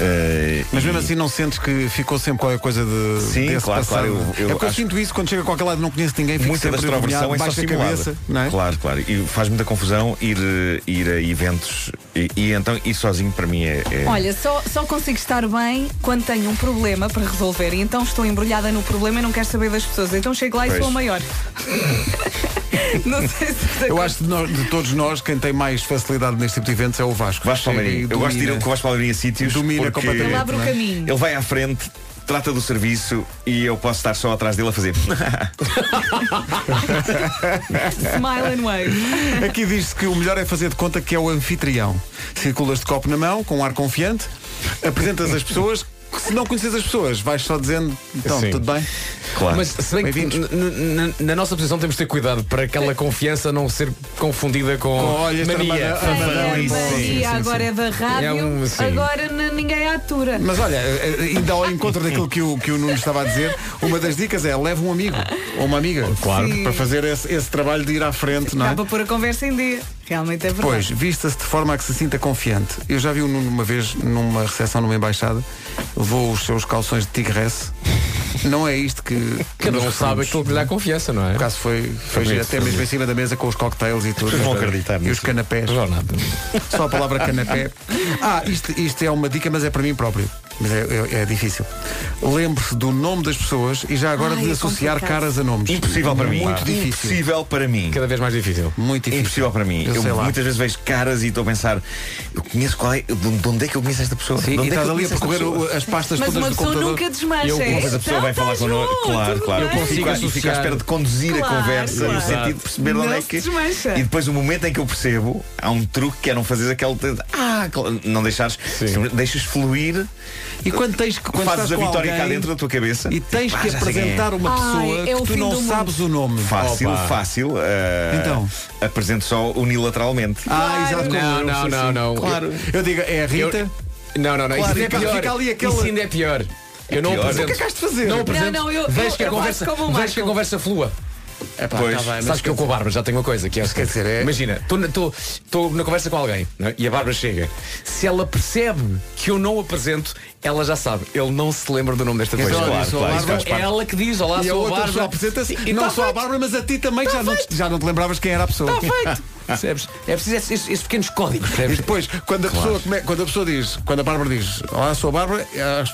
Speaker 10: Eh,
Speaker 2: Mas
Speaker 10: e-
Speaker 2: mesmo assim não sentes que ficou sempre qualquer coisa de
Speaker 10: Sim,
Speaker 2: desse
Speaker 10: claro,
Speaker 2: passado?
Speaker 10: claro, eu- eu
Speaker 2: é porque eu
Speaker 10: acho-
Speaker 2: sinto isso quando chego a qualquer lado e não conheço ninguém, fico
Speaker 10: Muita da
Speaker 2: sempre
Speaker 10: extroversão
Speaker 2: envergonhado,
Speaker 10: é só
Speaker 2: baixo a
Speaker 10: simulada.
Speaker 2: cabeça, não é?
Speaker 10: Claro, claro. E faz muita confusão ir, eh, ir a eventos e, e então ir sozinho para mim é. é- [laughs]
Speaker 4: Olha, só, só consigo estar bem quando tenho um problema para resolver e então estou embrulhada no problema e não quero saber das pessoas. Então chego lá e sou
Speaker 2: Pois.
Speaker 4: a maior. não sei se
Speaker 2: Eu acho que de, nós- de todos nós, quem tem mais facilidade neste tipo de eventos é o Vasco.
Speaker 10: Vasco
Speaker 2: Chega e
Speaker 10: Palmeirinho. Eu gosto de ir
Speaker 2: domina.
Speaker 10: com o Vasco Palmeirinho a sítios.
Speaker 2: Domina
Speaker 10: porque
Speaker 2: completamente, Ele abre o não é? caminho.
Speaker 10: Ele vai à frente, trata do serviço e eu posso estar só atrás dele a fazer. [laughs]
Speaker 4: Smile and
Speaker 10: um
Speaker 2: [laughs]
Speaker 4: wave.
Speaker 2: Aqui diz-se que o melhor é fazer de conta que é o anfitrião. Circulas de copo na mão, com um ar confiante, apresentas as pessoas. que Se não conheces as pessoas, vais só dizendo, então,
Speaker 6: Sim.
Speaker 2: tudo bem?
Speaker 6: Mas se bem que n- n- n- na nossa posição temos de ter cuidado para aquela confiança não ser confundida com,
Speaker 2: Com, olha, esta é
Speaker 6: mania.
Speaker 2: ramada-
Speaker 4: Olha,
Speaker 6: Sim,
Speaker 4: bom
Speaker 6: sim,
Speaker 4: dia,
Speaker 6: sim,
Speaker 4: agora
Speaker 6: sim.
Speaker 4: é da rádio,
Speaker 2: É um- sim.
Speaker 4: agora n- ninguém atura.
Speaker 2: Mas olha, eh, eh, ainda ao encontro daquilo que o, que o Nuno estava a dizer, uma das dicas é leve um amigo ou uma amiga.
Speaker 4: Claro. Sim.
Speaker 2: Para fazer esse, esse trabalho de ir à frente, não
Speaker 4: Dá
Speaker 2: é?
Speaker 4: para pôr a conversa em dia. Realmente é verdade.
Speaker 2: Pois, vista-se de forma a que se sinta confiante. Eu já vi o Nuno uma vez numa recepção numa embaixada, levou os seus calções de tigresse. Não é isto que.
Speaker 6: Cada um
Speaker 2: nós
Speaker 6: sabe
Speaker 2: referimos.
Speaker 6: aquilo que lhe dá confiança, não é?
Speaker 2: No caso foi, foi
Speaker 6: Foi
Speaker 2: giro,
Speaker 6: bonito,
Speaker 2: até
Speaker 6: foi
Speaker 2: mesmo em
Speaker 6: bonito.
Speaker 2: cima da mesa com os cocktails e tudo.
Speaker 6: Vocês vão acreditar
Speaker 2: E os canapés. Só a palavra canapé. Ah, isto, isto é uma dica, mas é para mim próprio. Mas é, é- é difícil. Lembre-se do nome das pessoas e já agora
Speaker 10: Ai,
Speaker 2: de
Speaker 10: é
Speaker 2: associar
Speaker 10: complicado.
Speaker 2: caras a nomes.
Speaker 10: Impossível para mim.
Speaker 2: Muito difícil.
Speaker 10: Impossível para mim.
Speaker 6: Cada vez mais difícil.
Speaker 2: Muito difícil.
Speaker 10: Impossível para mim.
Speaker 2: Eu
Speaker 10: Eu,
Speaker 2: sei lá.
Speaker 10: muitas vezes vejo caras e estou a pensar, eu conheço qual é, de de onde é que eu conheço esta pessoa?
Speaker 2: Sim,
Speaker 10: de onde
Speaker 2: e
Speaker 10: é que
Speaker 2: estás
Speaker 10: eu
Speaker 2: ali a
Speaker 10: conheço esta
Speaker 2: percorrer
Speaker 10: pessoa?
Speaker 2: o- as pastas
Speaker 4: Mas
Speaker 2: todas
Speaker 4: uma
Speaker 2: do
Speaker 4: pessoa
Speaker 2: computador.
Speaker 4: nunca desmancha.
Speaker 10: Eu,
Speaker 4: é?
Speaker 10: depois a pessoa vai falar connosco. Claro, claro.
Speaker 6: Eu consigo
Speaker 10: e fico à
Speaker 6: associar.
Speaker 10: espera de conduzir
Speaker 4: Claro,
Speaker 10: a conversa
Speaker 4: claro.
Speaker 10: no sentido de perceber de onde
Speaker 4: Não
Speaker 10: é
Speaker 4: se
Speaker 10: que.
Speaker 4: desmancha.
Speaker 10: E depois o momento em que eu percebo, há um truque que é não fazer aquele. Ah, cl- não deixares. Deixas fluir.
Speaker 2: E quando tens que. quando
Speaker 10: fazes
Speaker 2: estás
Speaker 10: a
Speaker 2: com
Speaker 10: vitória cá
Speaker 2: alguém
Speaker 10: dentro da tua cabeça.
Speaker 2: E tens
Speaker 10: Ah,
Speaker 2: que
Speaker 10: já sei quem é.
Speaker 2: apresentar uma pessoa
Speaker 4: Ai, é o
Speaker 2: que tu
Speaker 4: fim
Speaker 2: não
Speaker 4: do mundo.
Speaker 2: sabes o nome.
Speaker 10: Fácil,
Speaker 2: Opa.
Speaker 10: fácil.
Speaker 2: Então?
Speaker 10: então. Apresento só unilateralmente.
Speaker 2: Ah, exato. como
Speaker 6: Não,
Speaker 2: eu,
Speaker 6: não,
Speaker 2: sim,
Speaker 6: não,
Speaker 2: sim.
Speaker 6: não.
Speaker 2: Claro. Eu, digo, é a Rita?
Speaker 6: Eu- Não, não, não.
Speaker 2: Claro,
Speaker 6: isso ainda é
Speaker 2: fica-
Speaker 6: pior.
Speaker 2: fica ali aquela-
Speaker 6: Isso ainda é pior. Eu não
Speaker 2: Pior.
Speaker 6: apresento.
Speaker 2: O que é que has de fazer?
Speaker 6: Não
Speaker 2: Não,
Speaker 6: apresento.
Speaker 2: não, eu-
Speaker 6: Vejo
Speaker 2: eu-
Speaker 6: que a
Speaker 2: eu
Speaker 6: conversa,
Speaker 2: faço como o
Speaker 6: vejo que a conversa flua. É
Speaker 2: pá, tá bem, mas
Speaker 6: Sabes que eu
Speaker 2: quer
Speaker 6: com a Bárbara já tenho uma coisa que é o seguinte. Imagina, estou na conversa com alguém não é? e a Bárbara chega. Se ela percebe que eu não apresento, ela já sabe. Ele não se lembra do nome desta
Speaker 2: Pois,
Speaker 6: pessoa.
Speaker 2: claro, claro, isso faz
Speaker 6: Então,
Speaker 2: parte.
Speaker 6: é ela que diz, olá,
Speaker 2: e a
Speaker 6: sou a
Speaker 2: outra pessoa
Speaker 6: Bárbara.
Speaker 2: apresenta-se,
Speaker 6: E
Speaker 2: não
Speaker 6: tá
Speaker 2: só à
Speaker 6: feito.
Speaker 2: Bárbara, mas a ti também já não, te- já não te lembravas quem era a pessoa.
Speaker 6: Tá feito. Percebes? É preciso esses, esses- esses pequenos códigos.
Speaker 2: E depois, quando a, pessoa, come- quando a pessoa diz, quando a Bárbara diz, olá, sou a Bárbara,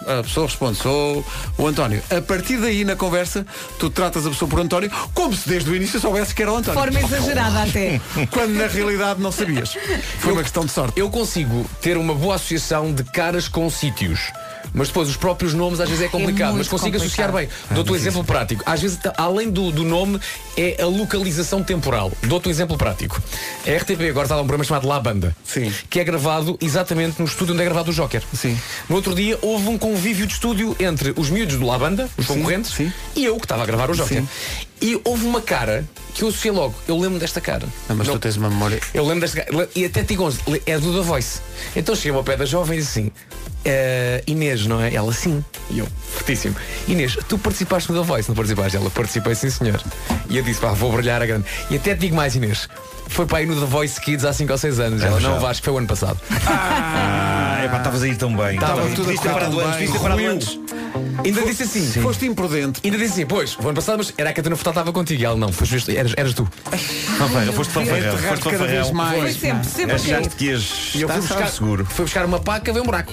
Speaker 2: a, a pessoa responde, sou o António. A partir daí, na conversa, tu tratas a pessoa por António como se desde o início soubesse que era o
Speaker 4: De
Speaker 2: António.
Speaker 4: forma exagerada até.
Speaker 2: [laughs] Quando na realidade não sabias. Foi uma questão de sorte.
Speaker 6: Eu consigo ter uma boa associação de caras com sítios. Mas depois os próprios nomes às vezes é complicado,
Speaker 14: muito
Speaker 6: mas consigo
Speaker 14: complicado.
Speaker 6: associar bem.
Speaker 14: É
Speaker 6: Dou-te um
Speaker 14: difícil.
Speaker 6: exemplo prático. Às vezes, ta- além do, do nome, é a localização temporal. Dou-te um exemplo prático. A RTP agora está a um programa chamado La Banda, Sim. que é gravado exatamente no estúdio onde é gravado o Joker. Sim. No outro dia houve um convívio de estúdio entre os miúdos do La Banda, os concorrentes, e eu que estava a gravar o Joker. E houve uma cara que eu associei logo. Eu lembro desta cara.
Speaker 2: Não, mas tu tens uma memória.
Speaker 6: Eu lembro desta cara. E até te digo, 11, é do The Voice. Então cheguei ao pé da jovem e disse assim, "Eh, Inês, não é? Ela sim. E eu, fortíssimo. Inês, tu participaste do The Voice, não participaste? Ela, participei sim senhor. E eu disse, pá, vou brilhar a grande. E até te digo mais, Inês. Foi para aí no The Voice Kids há 5 ou 6 anos. Ela,
Speaker 10: já.
Speaker 6: não, Vasco, foi o ano passado.
Speaker 10: Ah, epá, estavas aí tão bem.
Speaker 6: Estava
Speaker 10: Tava-
Speaker 6: tudo
Speaker 10: Podias ter
Speaker 6: a correr
Speaker 10: parado
Speaker 6: tão
Speaker 10: antes,
Speaker 6: bem.
Speaker 10: podias ter parado
Speaker 6: Ruiu.
Speaker 10: antes.
Speaker 6: Ainda disse assim, foste imprudente. Ainda disse assim, pois, o ano passado, mas era a Catarina Furtado estava contigo. E ela, não, foste, visto- eras, eras tu.
Speaker 10: Fanfarrão, foste fanfarrão,
Speaker 6: Enterrar-te
Speaker 10: foste
Speaker 6: cada vez
Speaker 10: fanfarrão.
Speaker 6: mais.
Speaker 10: Foi sempre, sempre
Speaker 2: É
Speaker 10: Achaste assim. que ias
Speaker 6: E eu fui
Speaker 10: estar
Speaker 6: buscar,
Speaker 10: seguro.
Speaker 6: fui buscar uma paca, veio um buraco.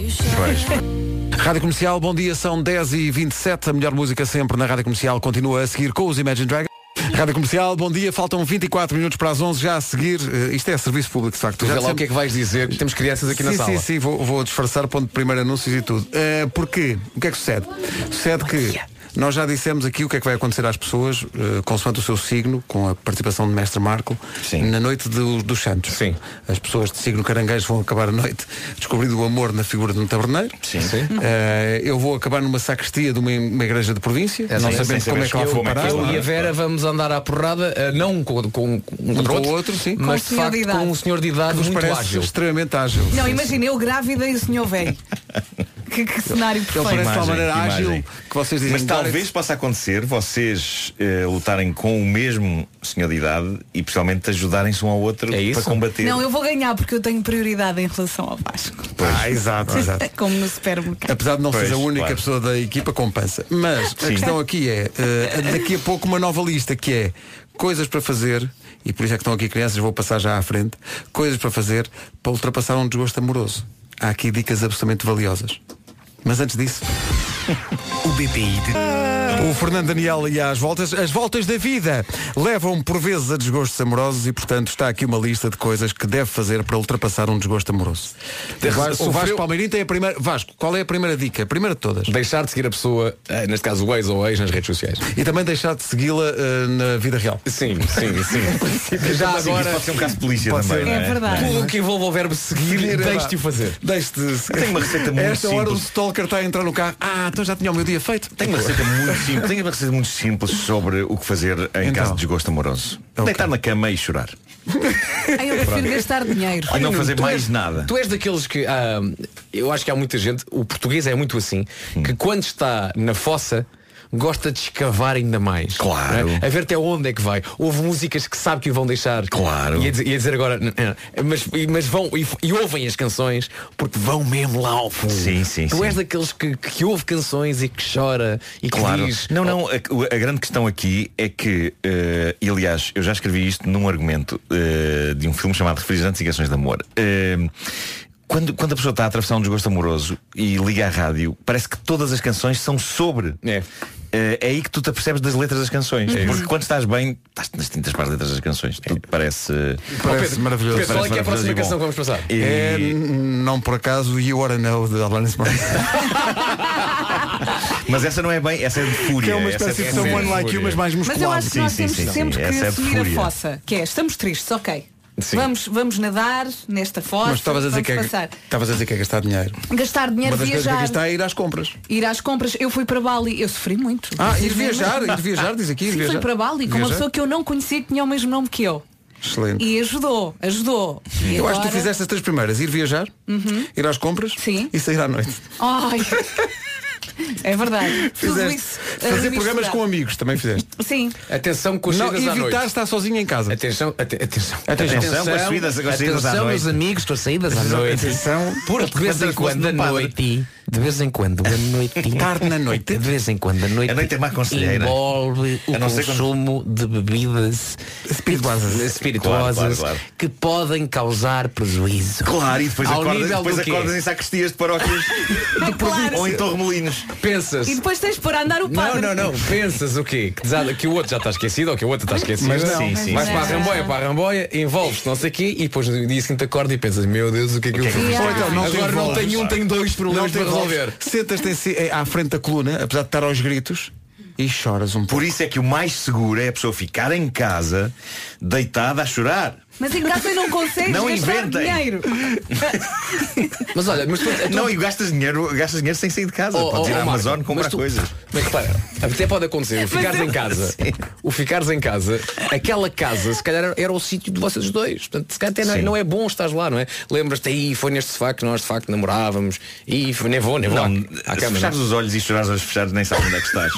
Speaker 2: Rádio Comercial, bom dia, são 10 e 27 a melhor música sempre na Rádio Comercial continua a seguir com os Imagine Dragons. Rádio Comercial, bom dia, faltam 24 minutos para as 11, já a seguir, eh, isto é serviço público, de facto.
Speaker 6: Tu
Speaker 2: Já
Speaker 6: vê lá o
Speaker 2: dissemos-
Speaker 6: que é que vais dizer, que temos crianças aqui na
Speaker 2: sim,
Speaker 6: sala.
Speaker 2: Sim, sim, vou, vou disfarçar ponto de primeiro anúncios e tudo. Eh, porque o que é que sucede? Sucede que nós já dissemos aqui o que é que vai acontecer às pessoas, eh, consoante o seu signo, com a participação de Mestre Marco, na noite do- dos Santos. Sim. As pessoas de signo caranguejo vão acabar a noite descobrindo o amor na figura de um taberneiro. Sim. eu vou acabar numa sacristia de uma, uma igreja de província, não sabemos como é que ela foi parar.
Speaker 6: Eu e a Vera vamos andar à porrada, eh, não com, com, um
Speaker 2: com
Speaker 6: contra
Speaker 2: o
Speaker 6: outro,
Speaker 2: outro, sim.
Speaker 6: mas de facto com um senhor de idade
Speaker 2: Vos
Speaker 6: muito
Speaker 2: parece
Speaker 6: ágil.
Speaker 2: extremamente ágil.
Speaker 4: Não, imagina, eu grávida e o senhor velho. [laughs] Que, que cenário
Speaker 10: Ele
Speaker 4: perfeito.
Speaker 10: parece de tal maneira
Speaker 2: ágil
Speaker 10: ágil
Speaker 2: que vocês dizem,
Speaker 10: Mas talvez possa acontecer vocês eh, lutarem com o mesmo senhor de idade e principalmente ajudarem-se um ao outro para combater.
Speaker 4: Não, eu vou ganhar porque eu tenho prioridade em relação ao Vasco. É
Speaker 2: Ah, exato,
Speaker 4: [laughs]
Speaker 1: é.
Speaker 2: exato.
Speaker 4: Como no supermercado.
Speaker 2: Apesar de não
Speaker 10: Pois,
Speaker 2: ser a única
Speaker 10: claro.
Speaker 2: pessoa da equipa com pança. Mas a
Speaker 10: Sim.
Speaker 2: questão aqui é, eh, daqui a pouco uma nova lista que é coisas para fazer, e por isso é que estão aqui crianças, vou passar já à frente, coisas para fazer para ultrapassar um desgosto amoroso. Há aqui dicas absolutamente valiosas. Mas antes disso.
Speaker 10: [laughs]
Speaker 2: O BPI O Fernando Daniel e as voltas, as voltas da vida levam por vezes a desgostos amorosos e portanto está aqui uma lista de coisas que deve fazer para ultrapassar um desgosto amoroso.
Speaker 6: Deve-
Speaker 2: O Vasco- O Vasco
Speaker 6: sofreu-
Speaker 2: Palmeirinho tem a primeira. Vasco, qual é a primeira dica? A primeira de todas.
Speaker 6: Deixar de seguir a pessoa, eh, neste caso o ex ou ex, nas redes sociais.
Speaker 2: E também deixar de segui-la eh, na vida real.
Speaker 6: Sim, sim, sim. [laughs] Já
Speaker 2: Sim,
Speaker 6: agora
Speaker 2: isso pode ser um caso de polícia também, não é? É verdade.
Speaker 6: Tudo o que envolve o verbo seguir, deixe-te o fazer.
Speaker 2: Deixe-te.
Speaker 10: Eu tenho uma receita muito
Speaker 2: Esta hora o
Speaker 10: simples.
Speaker 2: stalker está a entrar no carro. Ah, então já tinha o meu dia feito.
Speaker 10: Tenho uma receita muito simples, tenho uma receita muito simples sobre o que fazer
Speaker 6: Então.
Speaker 10: em caso de desgosto amoroso. Deitar na cama e chorar.
Speaker 4: Ai, Ah, eu prefiro
Speaker 6: Pronto.
Speaker 4: gastar dinheiro.
Speaker 10: E não fazer
Speaker 6: Tu
Speaker 10: mais
Speaker 6: és-
Speaker 10: nada.
Speaker 6: Tu és daqueles que. ah, eu acho que há muita gente, o português é muito assim, que quando está na fossa. Gosta de escavar ainda mais. Claro. A ver até onde é que vai. Houve músicas que sabe que o vão deixar. Claro. Ia dizer, ia dizer agora. "Não, não", Mas, mas vão e, e ouvem as canções porque vão mesmo lá ao fundo. Sim, sim. Tu és daqueles que, que ouve canções e que chora e que
Speaker 10: Claro.
Speaker 6: diz. "Oh,
Speaker 10: Não, não, é a, a grande questão aqui é que, eh, e aliás, eu já escrevi isto num argumento eh, de um filme chamado Refrigerantes e Canções de Amor. Eh, quando, quando a pessoa está a atravessar um desgosto amoroso e liga à rádio, parece que todas as canções são sobre.
Speaker 6: É.
Speaker 10: É aí que tu te apercebes das letras das canções.
Speaker 6: É isso.
Speaker 10: Porque quando estás bem, estás nas tintas para as letras das canções. Tudo
Speaker 6: É.
Speaker 10: parece.
Speaker 2: Parece maravilhoso.
Speaker 10: Parece maravilhoso e bom. E-
Speaker 2: É, n- não por acaso, You Wanna Know de Alanis [laughs] Morissette.
Speaker 10: Mas essa não é bem, essa é de
Speaker 2: Que
Speaker 10: fúria.
Speaker 2: é uma
Speaker 10: essa
Speaker 2: espécie de
Speaker 10: essa
Speaker 2: someone like
Speaker 10: fúria.
Speaker 2: you, mas mais
Speaker 4: Mas eu acho que nós
Speaker 10: Sim,
Speaker 4: temos
Speaker 10: sim, sim,
Speaker 4: sempre
Speaker 10: sim,
Speaker 4: que
Speaker 10: essa é de
Speaker 4: assumir a
Speaker 10: fúria.
Speaker 4: fossa, que é estamos tristes, ok.
Speaker 2: Sim.
Speaker 4: Vamos, vamos nadar nesta fossa,
Speaker 2: Mas estavas a dizer
Speaker 4: vamos
Speaker 2: que é,
Speaker 4: passar.
Speaker 2: estavas a dizer que é gastar dinheiro.
Speaker 4: Gastar dinheiro,
Speaker 2: uma das coisas que é
Speaker 4: viajar,
Speaker 2: gastar é ir às compras.
Speaker 4: ir às compras. Eu fui para Bali, eu sofri muito.
Speaker 2: Ah, ir
Speaker 4: Sim,
Speaker 2: viajar,
Speaker 4: mesmo.
Speaker 2: ir viajar, diz aqui, ir
Speaker 4: Sim,
Speaker 2: viajar.
Speaker 4: fui para Bali com uma
Speaker 2: Viajar.
Speaker 4: pessoa que eu não conhecia que tinha o mesmo nome que eu.
Speaker 2: Excelente.
Speaker 4: E ajudou, ajudou. E
Speaker 2: Eu acho que tu
Speaker 4: agora-
Speaker 2: fizeste as três primeiras, ir viajar,
Speaker 4: Uhum.
Speaker 2: ir às compras e sair à
Speaker 4: [laughs]
Speaker 2: noite. [laughs]
Speaker 4: Ai. É verdade. Tudo
Speaker 2: Fizeste.
Speaker 4: isso. a
Speaker 2: Fazer programas
Speaker 4: eh, misturar.
Speaker 2: com amigos também
Speaker 4: [laughs]
Speaker 2: fizeste. [laughs]
Speaker 4: Sim.
Speaker 6: Atenção com as
Speaker 2: Não,
Speaker 6: saídas à
Speaker 2: evitar
Speaker 6: noite. Então,
Speaker 2: estar sozinho em casa.
Speaker 6: Atenção, ate- atenção.
Speaker 2: Atenção.
Speaker 6: com as saídas, com as saídas à noite. amigos, com as saídas à noite.
Speaker 2: Atenção.
Speaker 6: Porque de vez em quando a noite, de vez em quando a noite,
Speaker 2: tarde na noite,
Speaker 6: de vez em quando a noite,
Speaker 10: A noite é má conselheira.
Speaker 6: envolve o
Speaker 10: A não ser quando-
Speaker 6: consumo de bebidas
Speaker 2: espirituosas,
Speaker 6: espirituosas
Speaker 10: Claro, claro, claro.
Speaker 6: que podem causar prejuízo.
Speaker 10: Claro, e depois
Speaker 6: Ao
Speaker 10: acordas,
Speaker 6: nível
Speaker 10: depois
Speaker 6: do quê?
Speaker 10: acordas em sacristias
Speaker 6: [laughs]
Speaker 10: de paróquias
Speaker 2: Tipo,
Speaker 4: Claro.
Speaker 10: ou em Torremolinos.
Speaker 6: Pensas.
Speaker 4: E depois tens de pôr a andar o
Speaker 6: Não,
Speaker 4: padre.
Speaker 6: não, não. Pensas o quê? Que, desa- que o outro já está esquecido ou que o outro está esquecido.
Speaker 2: Mas não.
Speaker 6: sim,
Speaker 2: Mas
Speaker 6: sim. Vais
Speaker 2: não.
Speaker 6: para a ramboia, para a ramboia, envolves-te não sei o quê e depois no dia seguinte acorda e pensas, meu Deus, o que é que eu fiz?
Speaker 2: Ou então, não te
Speaker 6: Agora não
Speaker 2: envolves.
Speaker 6: tenho um, tenho dois
Speaker 2: Não
Speaker 6: problemas
Speaker 2: te
Speaker 6: para resolver.
Speaker 2: Sentas-te em si- eh, à frente da coluna, apesar de estar aos gritos, e choras um pouco.
Speaker 10: Por isso é que o mais seguro é a pessoa ficar em casa, deitada a chorar.
Speaker 4: Mas em
Speaker 2: [laughs]
Speaker 4: casa não consegues
Speaker 10: Não
Speaker 4: gastar
Speaker 10: inventem.
Speaker 4: dinheiro.
Speaker 6: Mas olha, mas tu- é tu-
Speaker 10: Não, e gastas dinheiro, gastas dinheiro sem sair de casa.
Speaker 6: Oh,
Speaker 10: Podes
Speaker 6: oh,
Speaker 10: ir à
Speaker 6: oh, Marco,
Speaker 10: então, Amazon comprar
Speaker 6: mas tu-
Speaker 10: coisas.
Speaker 6: Mas repara, até pode acontecer, o ficares em casa, o ficares em casa, aquela casa se calhar era o sítio de vocês dois. Portanto, se calhar até não,
Speaker 10: Sim.
Speaker 6: não é bom estás lá, não é? Lembras-te aí, foi neste sofá que nós de facto namorávamos, e foi, nem vou, nem vou.
Speaker 10: Não,
Speaker 6: à, à
Speaker 10: se
Speaker 6: cama,
Speaker 10: fechares
Speaker 6: não é?
Speaker 10: os olhos e chorares aos fechados, nem sabes onde é que estás.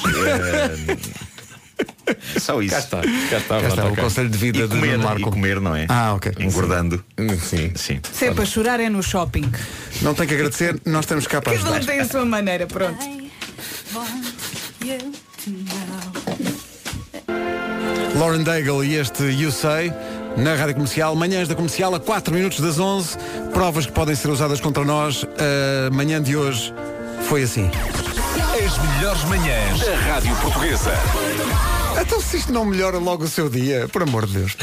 Speaker 10: Eh, Só isso. Cá está, cá está,
Speaker 2: está, é o conselho de vida
Speaker 10: e
Speaker 2: de
Speaker 10: comer,
Speaker 2: Nuno Marco.
Speaker 10: E comer, não é?
Speaker 2: Ah, ok.
Speaker 10: Engordando. Sim. Sim.
Speaker 4: Se é para chorar é no shopping.
Speaker 2: Não tem que agradecer, nós estamos cá para
Speaker 4: Cada
Speaker 2: ajudar.
Speaker 4: um tem a sua maneira, pronto.
Speaker 2: Lauren Daigle e este You Say na Rádio Comercial, manhãs da Comercial a 4 minutos das 11, provas que podem ser usadas contra nós. A manhã de hoje foi assim.
Speaker 8: As melhores manhãs da Rádio Portuguesa.
Speaker 2: Então se isto não melhora logo o seu dia, por amor de
Speaker 6: [laughs]
Speaker 2: Deus.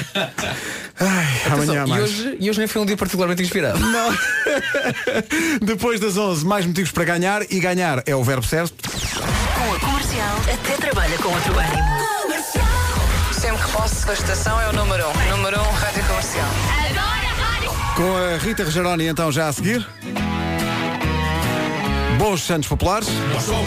Speaker 2: Ai, amanhã há
Speaker 6: Atenção, e,
Speaker 2: mais.
Speaker 6: hoje, e hoje nem foi um dia particularmente inspirado.
Speaker 2: Não. [laughs] Depois das 11, mais motivos para ganhar e ganhar é o verbo certo.
Speaker 5: Com a comercial, até trabalha com outro ânimo. Sempre que posso, a estação é o número 1. Um. Número 1, um, rádio comercial.
Speaker 2: Com a Rita Rogeroni então já a seguir. Bons Santos Populares.